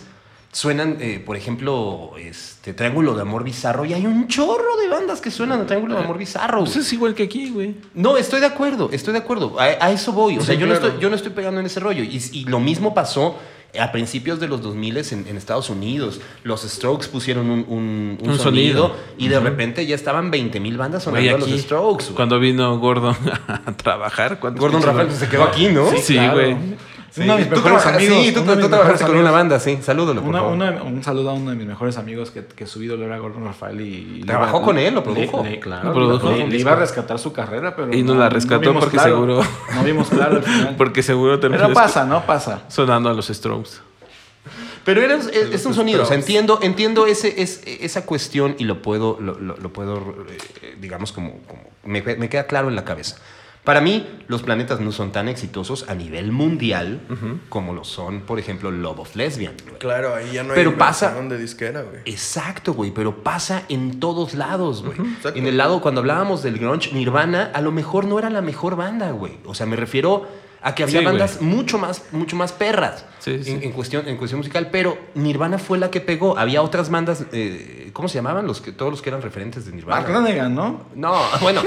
suenan, eh, por ejemplo, este Triángulo de Amor Bizarro y hay un chorro de bandas que suenan a Triángulo de Amor Bizarro. güey. Pues es igual que aquí, güey. No, estoy de acuerdo, estoy de acuerdo. A, a eso voy. O sea, Sí, yo, no claro. estoy, yo no estoy pegando en ese rollo. Y, y lo mismo pasó a principios de los 2000 en, en Estados Unidos. Los Strokes pusieron un, un- un Un sonido, sonido. y de repente ya estaban 20 mil bandas sonando Güey, a aquí, los Strokes. güey. Cuando vino Gordon [laughs] a trabajar. ¿cuántos Gordon pinches- Rafael se quedó aquí, ¿no? Sí, sí, claro. güey. Uno de mis Tú mejores trabajas- amigos. Sí, tú, uno de tú mis mejores trabajaste con una amigos. banda, sí. Salúdalo, por Una- favor. una- un saludo a uno de mis mejores amigos que, que su ídolo era Gordon Rafael y... y Trabajó le- con él, lo le- produjo. le- claro, Lo produjo. le- le iba a rescatar su carrera, pero... Y no la rescató vimos porque claro. seguro- [laughs] No vimos claro al final. Porque seguro terminó Pero pasa, ¿no? Pasa. sonando a los Strokes. Pero era- es, es Los un sonido. O sea, props. entiendo, entiendo ese, es, esa cuestión y lo puedo, lo, lo- lo puedo, eh, digamos, como, como me, me queda claro en la cabeza. Para mí, los planetas no son tan exitosos a nivel mundial como lo son, por ejemplo, Love of Lesbian. güey. Claro, ahí ya no hay Pero pasa- inversión de disquera, güey. Exacto, güey, pero pasa en todos lados, güey. exacto. En el lado, cuando hablábamos del grunge, Nirvana a lo mejor no era la mejor banda, güey. O sea, me refiero a que había Sí, güey. bandas mucho más, mucho más perras Sí, sí, en, sí. en cuestión, en cuestión musical, pero Nirvana fue la que pegó. Había otras bandas, eh, ¿cómo se llamaban? Los que, todos los que eran referentes de Nirvana. Mark Lanegan, ¿no? No, [laughs] bueno,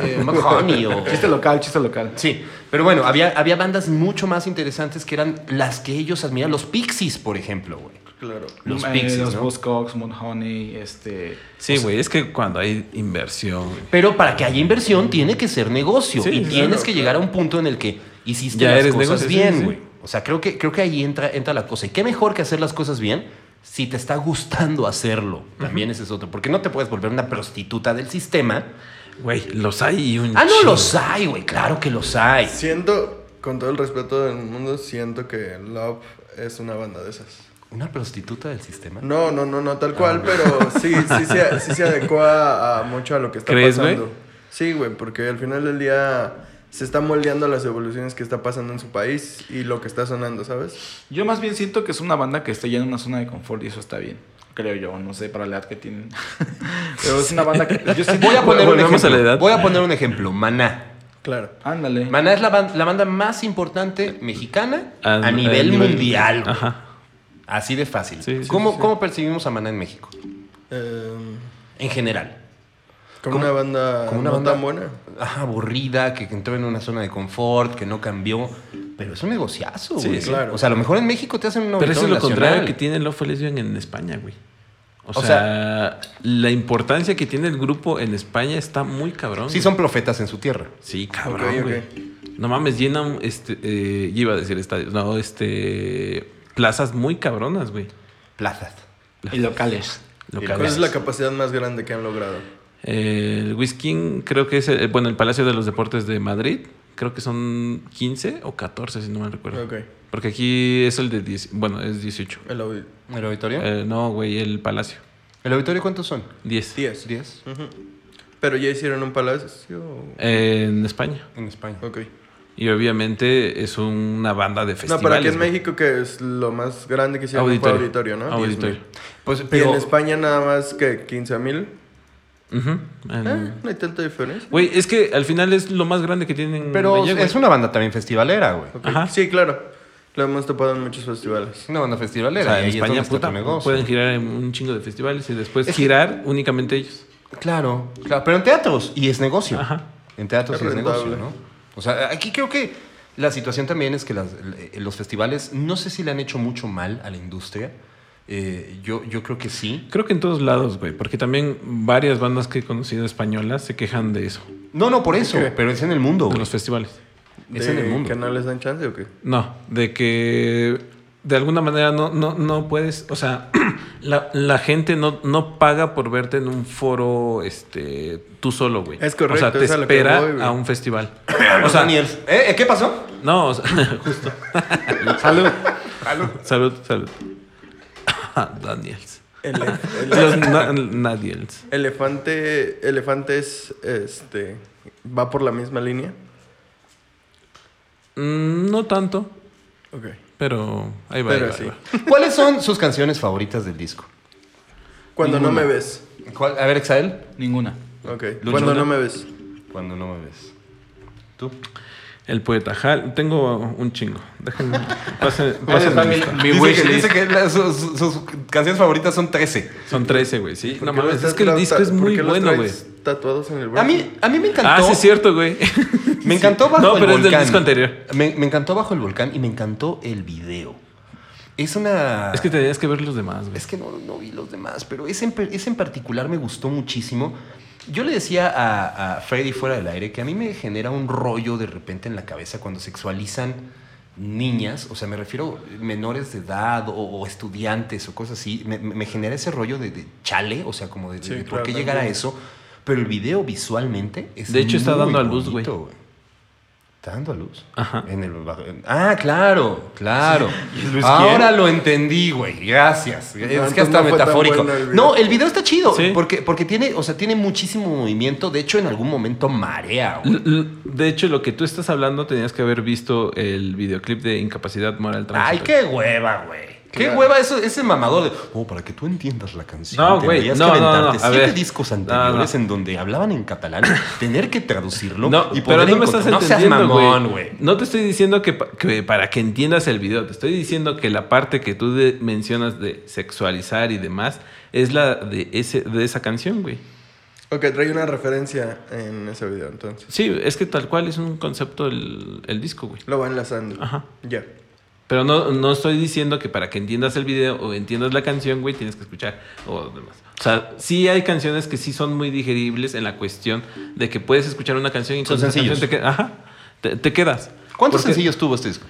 eh, McCartney [laughs] o... Chiste local, chiste local. Sí, pero bueno, había, había bandas mucho más interesantes que eran las que ellos admiraban. Los Pixies, por ejemplo, güey. Claro. Los Eh, Pixies, Los ¿no? Buzzcocks, Mudhoney, este... Sí, güey, es que cuando hay inversión, Pero para que haya inversión tiene que ser negocio Sí, y claro, tienes que claro. llegar a un punto en el que hiciste Ya las eres cosas negocio, sí, bien, sí. güey. O sea, creo que, creo que ahí entra, entra la cosa. Y qué mejor que hacer las cosas bien si te está gustando hacerlo. También ese es otro. Porque no te puedes volver una prostituta del sistema. güey, los hay y un Ah, no, chingo. los hay, güey. Claro que los hay. Siento, con todo el respeto del mundo, siento que Love es una banda de esas. ¿Una prostituta del sistema? No, no, no, no tal Ah, cual, pero sí, sí, se- sí se adecua a, mucho a lo que está ¿Crees, pasando. güey? Sí, güey, porque al final del día se está moldeando a las evoluciones que está pasando en su país y lo que está sonando, ¿sabes? Yo más bien siento que es una banda que está ya en una zona de confort y eso está bien. Creo yo, no sé, para la edad que tienen. [laughs] Pero es una banda que... Yo siento- Voy a poner un Volvemos a la ejemplo. edad. Voy a poner un ejemplo. Maná. Claro. Ándale. Maná es la, ban- la banda más importante mexicana Ah, a nivel nivel- mundial. güey. Ajá. Así de fácil. Sí, sí, ¿Cómo, sí, sí. ¿Cómo percibimos a Maná en México? En general. con ¿Cómo? Em, una banda Como una no banda tan buena. Ajá, aburrida, que que entró en una zona de confort, que no cambió. Pero es un negociazo, Sí, güey. claro. O sea, a lo mejor en México te hacen un Pero eso es noventón lo contrario nacional. que tiene Love Lesbian en España, güey. O, O sea, la importancia que tiene el grupo en España está muy cabrón. Sí, güey. son profetas en su tierra. Sí, cabrón, Ok, ok. güey. No mames, llenan, este, eh, iba a decir estadios, no, este, plazas muy cabronas, güey. Plazas. Y locales. Lo ¿Cuál es cabrón. la capacidad más grande que han logrado? El Whisking, creo que es, el, bueno, el Palacio de los Deportes de Madrid, creo que son 15 o 14, si no me recuerdo. Ok. Porque aquí es el de 10, bueno, es 18. El audio. ¿El auditorio? Eh, no, güey, el Palacio, ¿El auditorio cuántos son? 10. 10. ¿Diez? Pero ya hicieron un palacio. Eh, en España. En España. Ok. Y obviamente es una banda de festivales. No, pero aquí en güey. México, que es lo más grande que hicieron, fue Auditorio. auditorio, ¿no? Auditorio. Pues, Y pero, en España nada más que 15 mil. Ujú. Eh, En- no hay tanta diferencia. Güey, es que al final es lo más grande que tienen. pero allá, güey. es una banda también festivalera, güey. Ok. Ajá. Sí, claro. Lo hemos topado en muchos festivales. Es una banda O festivalera. sea, y en ahí es donde España está tu puta, negocio. pueden girar en un chingo de festivales y después Es que- girar únicamente ellos. Claro, claro, pero en teatros y es negocio. Ajá. En teatros Es y es negocio, rentable. ¿no? O sea, aquí creo que la situación también es que las- eh, los festivales, no sé si le han hecho mucho mal a la industria. Eh, yo, yo creo que sí. Creo que en todos lados, güey, porque también varias bandas que he conocido españolas se quejan de eso, No, no, por eso, Ok. pero es en el mundo, de güey. los festivales. Es ¿De en el mundo. ¿Que no les dan chance o qué? No, de que de alguna manera no, no, no puedes, o sea, [clears throat] la, la gente no, no paga por verte en un foro este, tú solo, güey. Es correcto, O sea, te es a lo que espera voy, güey. a [clears throat] un festival. Los Daniels. ¿Eh? ¿Qué pasó? No, o sea, [laughs] justo. salud. Salud, salud. [laughs] Daniels. Ele- [laughs] ele- Los na- Nadiels. elefante, elefantes, este, va por la misma línea. Mm, No tanto, Ok. pero ahí va. ahí Pero va, ahí sí. va. ¿Cuáles son sus canciones favoritas del disco? Cuando Ninguna. no me ves. ¿Cuál? A ver, Exael. Ninguna. Ok. Lucho, Cuando ¿no? no me ves. Cuando no me ves. ¿Tú? El poeta Hal. Tengo un chingo. [laughs] Déjenme. Pasen, Ese pasen está mi mi- lista. mi dice que, wishlist. dice que la- sus, sus- sus canciones favoritas son 13. Son 13, güey, sí. ¿Por No qué los mames, es estás que el tra- disco ta- es por muy qué los bueno, güey. traes Tatuados en el brazo. A mí, a mí me encantó. Ah, sí, es cierto, güey. [laughs] Me encantó Bajo No, el pero es Volcán. del disco anterior. Me, me encantó Bajo el Volcán y me encantó el video. Es una... Es que tenías que ver los demás, güey. Es que no, no vi los demás, pero ese en, per- ese en particular me gustó muchísimo. Yo le decía a, a Freddy fuera del aire que a mí me genera un rollo de repente en la cabeza cuando sexualizan niñas, o sea, me refiero menores de edad o, o estudiantes o cosas así, me, me- me genera ese rollo de, de chale, o sea, como de, de Sí, por claro, qué llegar a también. eso, pero el video visualmente es De hecho, está muy dando a luz, güey. bonito, Está ¿Está dando a luz? Ajá. En el bajo- en- Ah, claro, claro. [laughs] ¿Y el Luis Ahora quién? lo entendí, güey. Gracias. es que entonces hasta no fue tan metafórico. bueno el video. no, el video está chido. Sí. Porque, porque tiene, o sea, tiene muchísimo movimiento. De hecho, en algún momento marea, güey. L- l- De hecho, lo que tú estás hablando tenías que haber visto el videoclip de Incapacidad Moral Trans. Ay, qué hueva, güey. Qué Claro. hueva eso, ese mamador de. Oh, para que tú entiendas la canción. No, güey, tendrías no, que no, no, aventarte no, a siete ver. discos No, no. anteriores en donde hablaban en catalán, tener que traducirlo No, y pero poder no me estás encontrar- no seas entendiendo, mamón, güey. güey. No te estoy diciendo que, pa- que para que entiendas el video, te estoy diciendo que la parte que tú de- mencionas de sexualizar y demás es la de ese de esa canción, güey. Ok, trae una referencia en ese video, entonces. Sí, es que tal cual es un concepto el, el disco, güey. Lo va enlazando. Ajá. Ya. Pero no, no estoy diciendo que para que entiendas el video o entiendas la canción, güey, tienes que escuchar o demás. O sea, sí hay canciones que sí son muy digeribles en la cuestión de que puedes escuchar una canción y Son con esa canción sencillos. te, que- ajá, te, te quedas. ¿Cuántos Porque- sencillos tuvo este disco?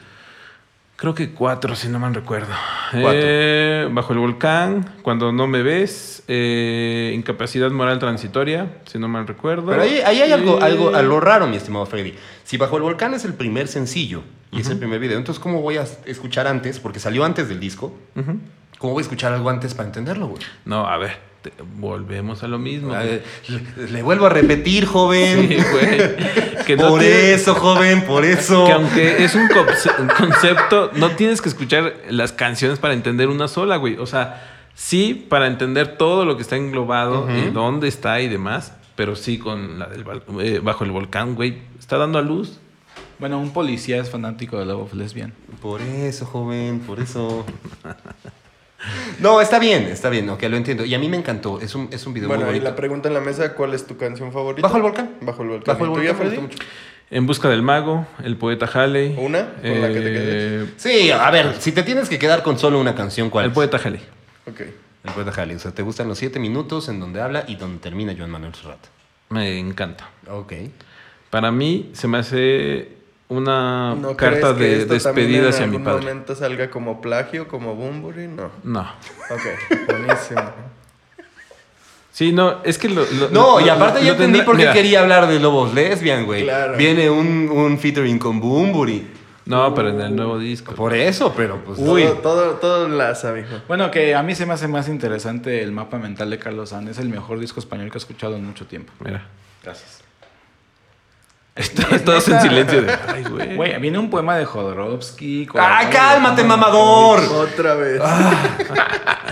Creo que cuatro, si no mal recuerdo. Cuatro. Eh, bajo el volcán, cuando no me ves, eh, incapacidad moral transitoria, si no mal recuerdo. Pero ahí, ahí hay algo, Y- algo a lo raro, mi estimado Freddy. Si Bajo el Volcán es el primer sencillo y es el primer video, entonces ¿cómo voy a escuchar antes? Porque salió antes del disco. Ujú. ¿Cómo voy a escuchar algo antes para entenderlo, güey? No, a ver, te- volvemos a lo mismo. A güey. ver, Le, le vuelvo a repetir, joven. [laughs] Sí, güey. Que no por tiene- eso, joven, por eso. [laughs] Que aunque es un conce- un concepto, no tienes que escuchar las canciones para entender una sola, güey. O sea, sí para entender todo lo que está englobado, eh, dónde está y demás, pero sí con la del val- eh, bajo el volcán, güey. Está dando a luz. Bueno, un policía es fanático de Love of Lesbian. Por eso, joven, por eso. No, está bien, está bien, ok, lo entiendo. Y a mí me encantó, es un, es un video Bueno, muy y bonito. la pregunta en la mesa, ¿cuál es tu canción favorita? Bajo el volcán. Bajo el volcán. Bajo el ¿Y tú ya, volcán, Freddy? Freddy? En busca del mago, el poeta Haley. ¿Una? ¿Con la que te quedes? Sí, a ver, si te tienes que quedar con solo una canción, ¿cuál El es? poeta Haley. Ok. El poeta Halley. O sea, te gustan los siete minutos en donde habla y donde termina Joan Manuel Serrat. Me encanta. Ok. Para mí se me hace una ¿No Ah, carta crees que de esto también despedida hacia en mi algún padre. momento salga como plagio, como Bumburi? No. No. [laughs] Ok, buenísimo. Sí, no, es que lo. lo- No, lo- y aparte lo- ya lo entendí tendrá- por qué Mira, quería hablar de Lobos Lesbian, güey. Claro. Viene un, un featuring con Bumburi. No, pero en el nuevo disco. Por eso, pero pues. Uy. Todo, todo, todo laza, mijo. Bueno, que a mí se me hace más interesante el mapa mental de Carlos San. Es el mejor disco español que he escuchado en mucho tiempo. Mira. Gracias. Está- Todos en silencio de. [laughs] Ay, güey. Güey, viene un poema de Jodorowsky. ¡Ay, Cuarón, ¡Ah, cálmate, Juan mamador! Otra vez. Ah.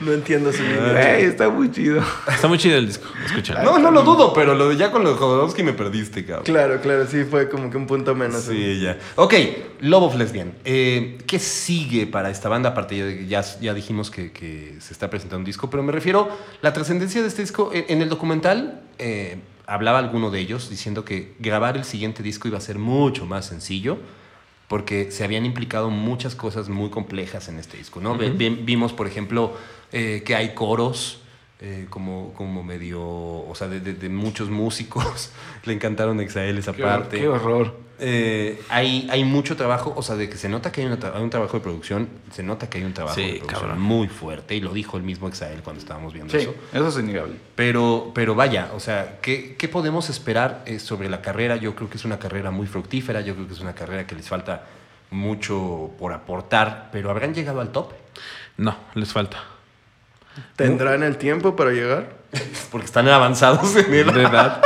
no entiendo su línea. Güey, está muy chido. Está muy chido el disco. Escucha. No, no lo dudo, pero lo de ya con lo de Jodorowsky me perdiste, cabrón. Claro, claro, sí, fue como que un punto menos. Sí, ya. Ok, Love of Lesbian. Eh, ¿Qué sigue para esta banda? Aparte, ya, de- ya, ya dijimos que, que se está presentando un disco, pero me refiero, la trascendencia de este disco, en, en el documental eh, hablaba alguno de ellos diciendo que grabar el siguiente disco iba a ser mucho más sencillo porque se habían implicado muchas cosas muy complejas en este disco, ¿no? Ve- vi- vimos, por ejemplo, eh, que hay coros eh, como, como medio, o sea, de, de- de muchos músicos. [laughs] Le encantaron a Exael esa Qué, parte. qué horror. Eh, hay, hay mucho trabajo, o sea, de que se nota que hay, una tra- hay un trabajo de producción, se nota que hay un trabajo Sí, de producción cabrón. muy fuerte, y lo dijo el mismo Exael cuando estábamos viendo Sí, eso. eso es innegable. Pero, pero vaya, o sea, ¿qué, qué podemos esperar eh, sobre la carrera? Yo creo que es una carrera muy fructífera, yo creo que es una carrera que les falta mucho por aportar, pero ¿habrán llegado al top? No, les falta. ¿Tendrán el tiempo para llegar? Porque están avanzados en De el... edad.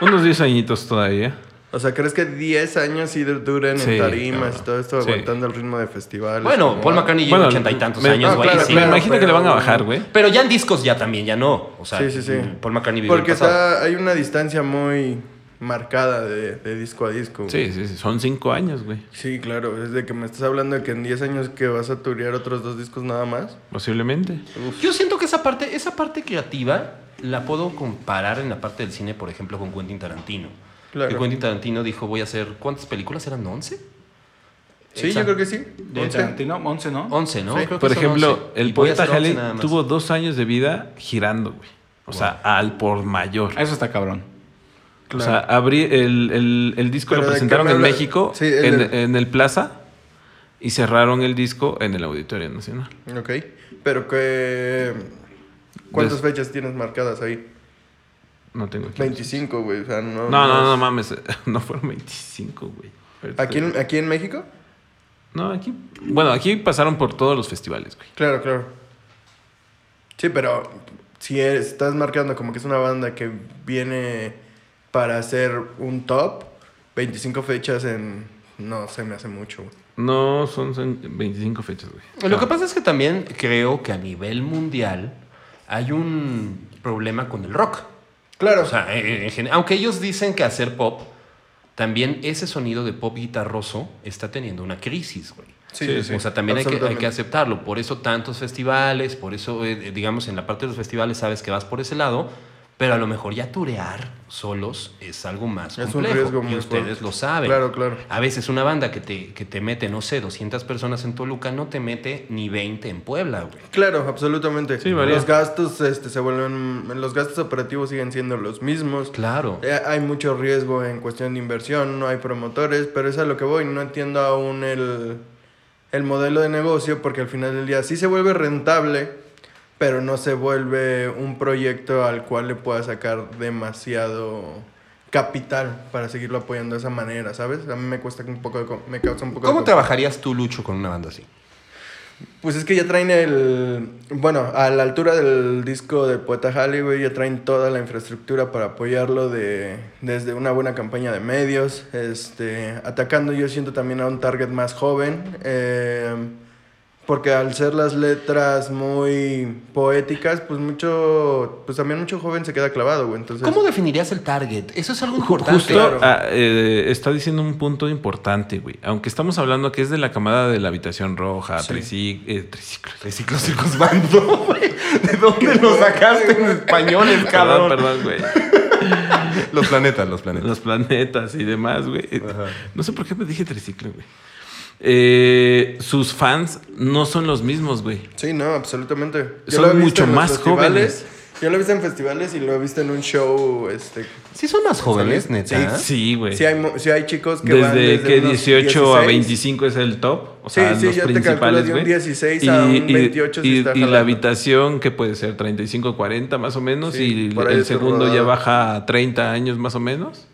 Unos 10 añitos todavía. O sea, ¿crees que 10 años sí duren Sí, en tarimas claro. y todo esto, Sí. aguantando el ritmo de festivales? Bueno, como- Paul McCartney lleva Bueno, ochenta y tantos me- años, no, güey. claro, sí. Me claro. imagino que le van a bajar, güey. Pero ya en discos ya también, ya no. O sea, Sí, sí, sí. Paul McCartney vivió el Porque pasado. está, hay una distancia muy marcada de, de disco a disco. Sí, sí, sí. Son 5 años, güey. Sí, claro. Es de que me estás hablando de que en 10 años que vas a turear otros dos discos nada más. Posiblemente. Yo siento que esa parte, esa parte creativa la puedo comparar en la parte del cine, por ejemplo, con Quentin Tarantino. Claro. Que Quentin Tarantino dijo, voy a hacer, ¿cuántas películas eran? ¿11? Sí, Exacto. yo creo que sí. De Once. Tarantino, 11, ¿no? 11, ¿no? Sí. Creo que Por son ejemplo, 11. Y voy el a poeta hacer 11 Haley nada más. tuvo dos años de vida girando, güey. O sea, al por mayor. Eso está cabrón. O sea, abrí el, el- el disco Pero lo ¿de qué presentaron me en habla- México, Sí, el- en, en el Plaza, y cerraron el disco en el Auditorio Nacional. Ok. Pero que... ¿Cuántas Des- fechas tienes marcadas ahí? No tengo aquí. 25, güey. O sea, no. No, no, no es- mames. [laughs] No fueron 25, güey. Ahorita- ¿Aquí en, ¿Aquí en México? No, aquí. Bueno, aquí pasaron por todos los festivales, güey. Claro, claro. Sí, pero si eres- estás marcando como que es una banda que viene para hacer un top, 25 fechas en... No, se me hace mucho. güey. No, son, son 25 fechas, güey. Lo que pasa es que también creo que a nivel mundial hay un problema con el rock. Claro, O sea, eh, en gen- aunque ellos dicen que hacer pop, también ese sonido de pop guitarroso está teniendo una crisis, güey. sí, sí, sí, sí. sí. O sea, también hay que, hay absolutamente. que aceptarlo. Por eso tantos festivales, por eso, eh, digamos, en la parte de los festivales sabes que vas por ese lado, pero a lo mejor ya turear solos es algo más Es un complejo. riesgo y muy ustedes fuerte. lo saben. Claro, claro. A veces una banda que te, que te mete, no sé, 200 personas en Toluca, no te mete ni 20 en Puebla, güey. Claro, absolutamente. Sí, varía. Los gastos este, se vuelven... Los gastos operativos siguen siendo los mismos. Claro. Eh, Hay mucho riesgo en cuestión de inversión, no hay promotores, pero es a lo que voy. No entiendo aún el, el modelo de negocio porque al final del día sí se vuelve rentable, pero no se vuelve un proyecto al cual le pueda sacar demasiado capital para seguirlo apoyando de esa manera, ¿sabes? A mí me cuesta un poco de... co- Me causa un poco de ¿Cómo co- trabajarías tú, Lucho, con una banda así? Pues es que ya traen el. Bueno, a la altura del disco de Poeta Halley, güey, ya traen toda la infraestructura para apoyarlo de, desde una buena campaña de medios. Este, atacando, yo siento también a un target más joven. eh, porque al ser las letras muy poéticas, pues mucho. Pues también mucho joven se queda clavado, güey. Entonces. ¿Cómo definirías el target? Eso es algo importante. Justo Claro. ah, eh, está diciendo un punto importante, güey. Aunque estamos hablando que es de la camada de la habitación roja, trici- eh, triciclo. Reciclo circunvando, [laughs] güey. ¿De dónde lo sacaste en español, el Perdón, cabrón? perdón, [laughs] güey. Los planetas, los planetas. Los planetas y demás, güey. No sé por qué me dije triciclo, güey. Eh, sus fans no son los mismos, güey. Sí, no, absolutamente. Son he visto mucho en los más festivales, jóvenes. Yo lo he visto en festivales y lo he visto en un show, este, Sí son más jóvenes, Sí, neta. Sí, güey. ¿Ah? Sí hay, mo- sí hay chicos que desde, van que unos 18 a 16. 25 es el top. O Sí, sea, sí, los yo te calculo principales, de un güey. 16 a un 28 si y- está y la jalando. habitación que puede ser 35, 40 más o menos. Sí, y por ahí el es tu segundo ya rodada. baja a 30 años más o menos.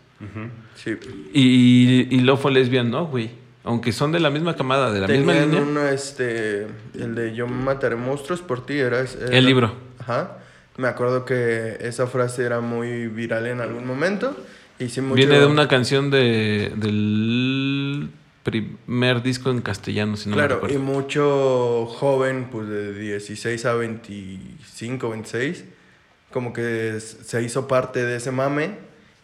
Sí. Y, y Lofo Lesbian no, güey. Aunque son de la misma camada, de la misma Tenían línea. uno, este, el de Yo mataré monstruos por ti, era... ese- era- El libro. Ajá. Me acuerdo que esa frase era muy viral en algún momento. Y sí mucho- Viene de una canción de, del primer disco en castellano, si no me Claro, y recuerdo. mucho joven, pues de 16 a 25, 26, como que s- se hizo parte de ese mame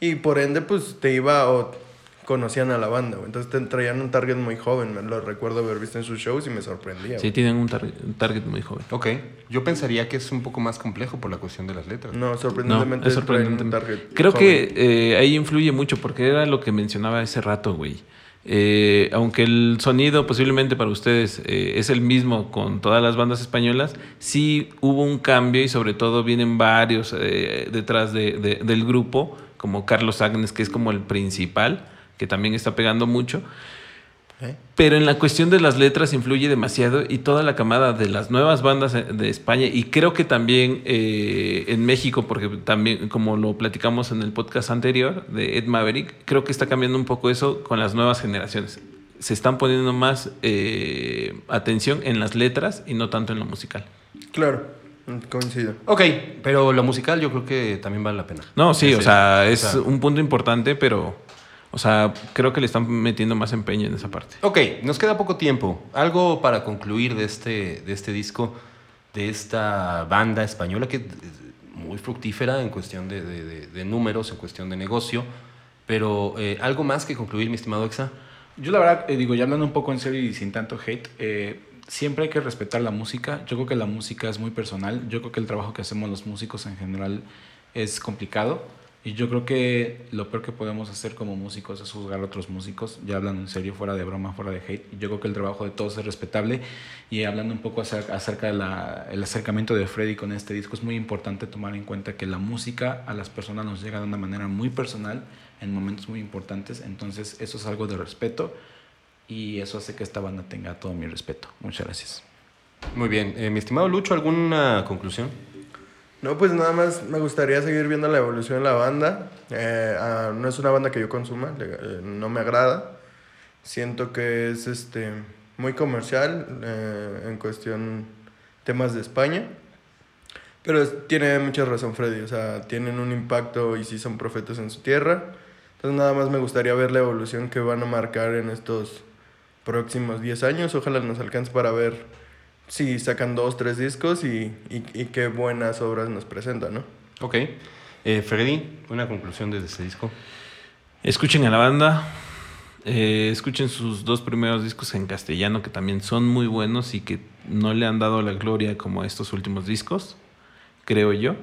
y por ende pues te iba o conocían a la banda, güey. entonces te traían un target muy joven, me lo recuerdo haber visto en sus shows y me sorprendía. Sí, güey. tienen un, tar- un target muy joven. Ok. Yo pensaría que es un poco más complejo por la cuestión de las letras. No, No, sorprendentemente es traían sorprendente. un target. Creo joven. que eh, ahí influye mucho porque era lo que mencionaba hace rato, güey. Eh, aunque el sonido posiblemente para ustedes eh, es el mismo con todas las bandas españolas, sí hubo un cambio y sobre todo vienen varios eh, detrás de- de- del grupo, como Carlos Agnes, que es como el principal, que también está pegando mucho. ¿Eh? Pero en la cuestión de las letras influye demasiado y toda la camada de las nuevas bandas eh, de España y creo que también eh, en México, porque también como lo platicamos en el podcast anterior de Ed Maverick, creo que está cambiando un poco eso con las nuevas generaciones. Se están poniendo más eh, atención en las letras y no tanto en lo musical. Claro, mm, coincido. Ok, pero lo musical yo creo que también vale la pena. No, sí, Es o decir, sea, es o sea- un punto importante, pero, o sea, creo que le están metiendo más empeño en esa parte. Ok, nos queda poco tiempo. Algo para concluir de este, de este disco, de esta banda española que es muy fructífera en cuestión de, de- de- de números, en cuestión de negocio. Pero eh, algo más que concluir, mi estimado Exa. Yo la verdad, eh, digo, ya hablando un poco en serio y sin tanto hate, eh, siempre hay que respetar la música. Yo creo que la música es muy personal. Yo creo que el trabajo que hacemos los músicos en general es complicado. Y yo creo que lo peor que podemos hacer como músicos es juzgar a otros músicos, ya hablando en serio, fuera de broma, fuera de hate. Yo creo que el trabajo de todos es respetable. Y hablando un poco acer- acerca del acercamiento de Freddy con este disco, es muy importante tomar en cuenta que la música a las personas nos llega de una manera muy personal en momentos muy importantes. Entonces, eso es algo de respeto y eso hace que esta banda tenga todo mi respeto. Muchas gracias. Muy bien. Eh, mi estimado Lucho, ¿alguna conclusión? No, pues nada más me gustaría seguir viendo la evolución de la banda. Eh, ah, no es una banda que yo consuma, le- eh, no me agrada. Siento que es este, muy comercial eh, en cuestión temas de España. Pero es- tiene mucha razón Freddy, o sea, tienen un impacto y sí son profetas en su tierra. Entonces nada más me gustaría ver la evolución que van a marcar en estos próximos 10 años. Ojalá nos alcance para ver si sacan dos, tres discos y, y, y qué buenas obras nos presentan, ¿no? Ok. Eh, Freddy, una conclusión desde este disco. Escuchen a la banda. eh, escuchen sus dos primeros discos en castellano que también son muy buenos y que no le han dado la gloria como a estos últimos discos, creo yo.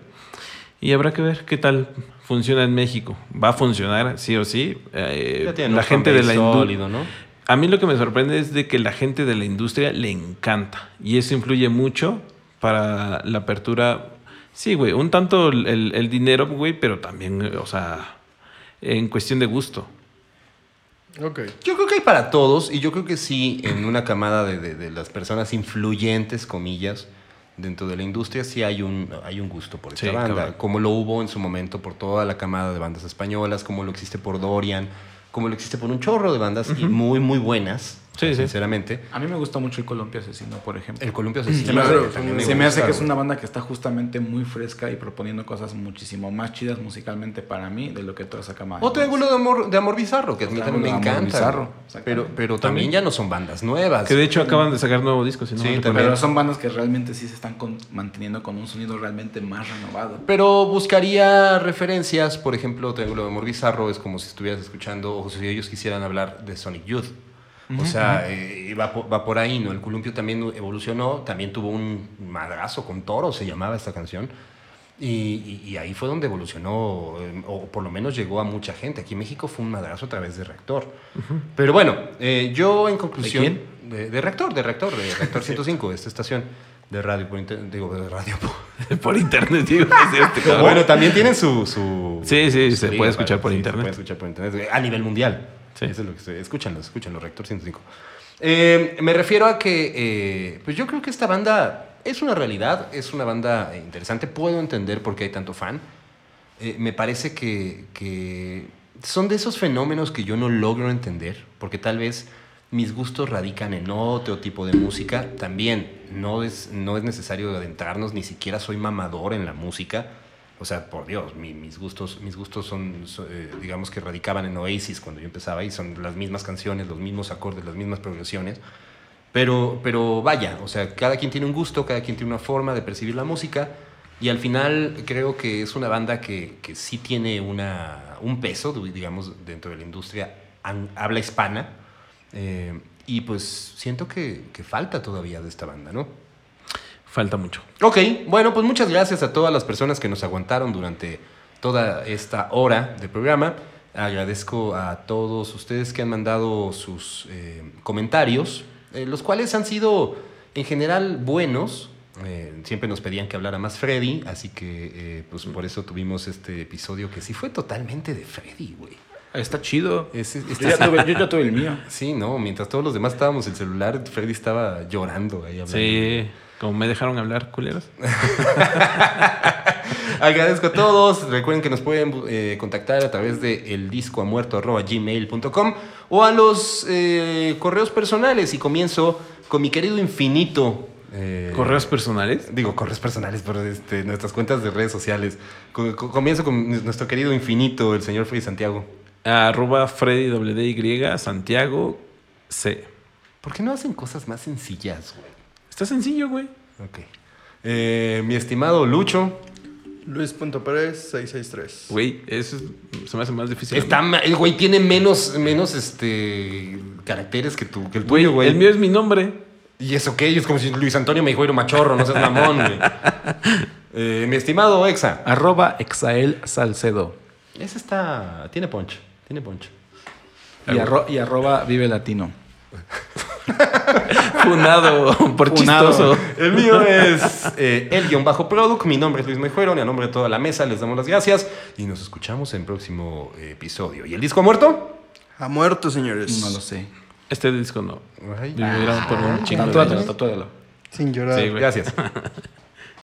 Y habrá que ver qué tal funciona en México. Va a funcionar, sí o sí. eh, Ya tienen la un gente de la fanbase industria. sólido, ¿no? A mí lo que me sorprende es de que la gente de la industria le encanta. Y eso influye mucho para la apertura. Sí, güey, un tanto el, el- el dinero, güey, pero también, o sea, en cuestión de gusto. Ok. Yo creo que hay para todos y yo creo que sí, en una camada de, de- de las personas influyentes, comillas, dentro de la industria, sí hay un, hay un gusto por esta Sí, banda. cabrón. Como lo hubo en su momento por toda la camada de bandas españolas, como lo existe por Dorian, como lo existe por un chorro de bandas y muy, muy buenas, Sí, sí. sinceramente. A mí me gusta mucho el Colombio Asesino, por ejemplo. El Columpio Asesino. Se me hace- que también me Se me hace gusta, que es güey. una banda que está justamente muy fresca y proponiendo cosas muchísimo más chidas musicalmente para mí de lo que toda esa cama. de Otro bandas. ángulo de amor, de amor bizarro, que a mí Otro también me ángulo de amor encanta. bizarro, güey. exactamente. pero, pero también ya no son bandas nuevas. Que de hecho acaban de sacar nuevo disco, si no Sí, me también. Pero son bandas que realmente sí se están con- manteniendo con un sonido realmente más renovado. Pero buscaría referencias, por ejemplo, Triángulo de Amor Bizarro es como si estuvieras escuchando, o si ellos quisieran hablar de Sonic Youth. O sea, eh, va, po- va por ahí, ¿no? El columpio también evolucionó, también tuvo un madrazo con Toro, se llamaba esta canción. Y, y- y ahí fue donde evolucionó, eh, o por lo menos llegó a mucha gente. Aquí en México fue un madrazo a través de Reactor. Pero bueno, eh, yo en conclusión... quién? De, de Reactor, de Reactor, de Reactor 105, de esta estación de radio, por inter- digo, de radio [laughs] por- acuerdo. [laughs] Por internet, digo. es cierto, cabrón. bueno, también tienen su. su- Sí, sí, su se liga, puede escuchar padre. por Sí, internet. Se puede escuchar por internet. eh, A nivel mundial. Sí. Eso es lo que estoy. Escúchanlo, escúchanlo, Rector 105. Eh, me refiero a que. eh, pues yo creo que esta banda es una realidad, es una banda eh, interesante. Puedo entender por qué hay tanto fan. Eh, me parece que, que son de esos fenómenos que yo no logro entender, porque tal vez mis gustos radican en otro tipo de música. También no es, no es necesario adentrarnos, ni siquiera soy mamador en la música. O sea, por Dios, mi- mis gustos, mis gustos son, so- eh, digamos que radicaban en Oasis cuando yo empezaba y son las mismas canciones, los mismos acordes, las mismas progresiones. Pero, pero vaya, o sea, cada quien tiene un gusto, cada quien tiene una forma de percibir la música. Y al final creo que es una banda que, que sí tiene una, un peso, du- digamos, dentro de la industria an- habla hispana. Eh, y pues siento que, que falta todavía de esta banda, ¿no? Falta mucho. Ok, bueno, pues muchas gracias a todas las personas que nos aguantaron durante toda esta hora de programa. Agradezco a todos ustedes que han mandado sus eh, comentarios, eh, los cuales han sido en general buenos. Eh, siempre nos pedían que hablara más Freddy, así que eh, pues por eso tuvimos este episodio que sí fue totalmente de Freddy, güey. Está chido. Es- es- Yo ya, tuve, yo ya tuve el mío. [laughs] Sí, no, mientras todos los demás estábamos en el celular, Freddy estaba llorando ahí hablando. Sí, como me dejaron hablar, culeros. Eh. Agradezco a todos. Recuerden que nos pueden eh, contactar a través de el disco o a los eh, correos personales. Y comienzo con mi querido infinito. eh, Correos personales. Digo, correos personales por este, nuestras cuentas de redes sociales. Co- co- Comienzo con nuestro querido infinito, el señor Freddy Santiago. Arroba Freddy WDY Santiago C. ¿Por qué no hacen cosas más sencillas, güey? Está sencillo, güey. Ok. Eh, mi estimado Lucho. Luis.pérez663. Güey, eso es- se me hace más difícil. Está, ma- el güey tiene menos, menos este, caracteres que, tu, que el Güey, tuyo, güey. el mío es mi nombre. ¿Y eso qué? Es como si Luis Antonio me dijo, machorro, no seas mamón, güey. Eh, mi estimado Exa. Arroba Exael Salcedo. Ese está... Tiene punch. Tiene punch. Y, arro- y arroba Vive Latino. Funado por Funado. chistoso. El mío es eh, el guión bajo product. Mi nombre es Luis Mejuero. Y a nombre de toda la mesa les damos las gracias. Y nos escuchamos en próximo eh, episodio. ¿Y el disco muerto? Ha muerto, señores. No lo sé. Este disco no. Ay. Vivieron por un chingo de Ah, Tatúatelo, años. tatúatelo. Sin llorar. Sí, güey. Gracias.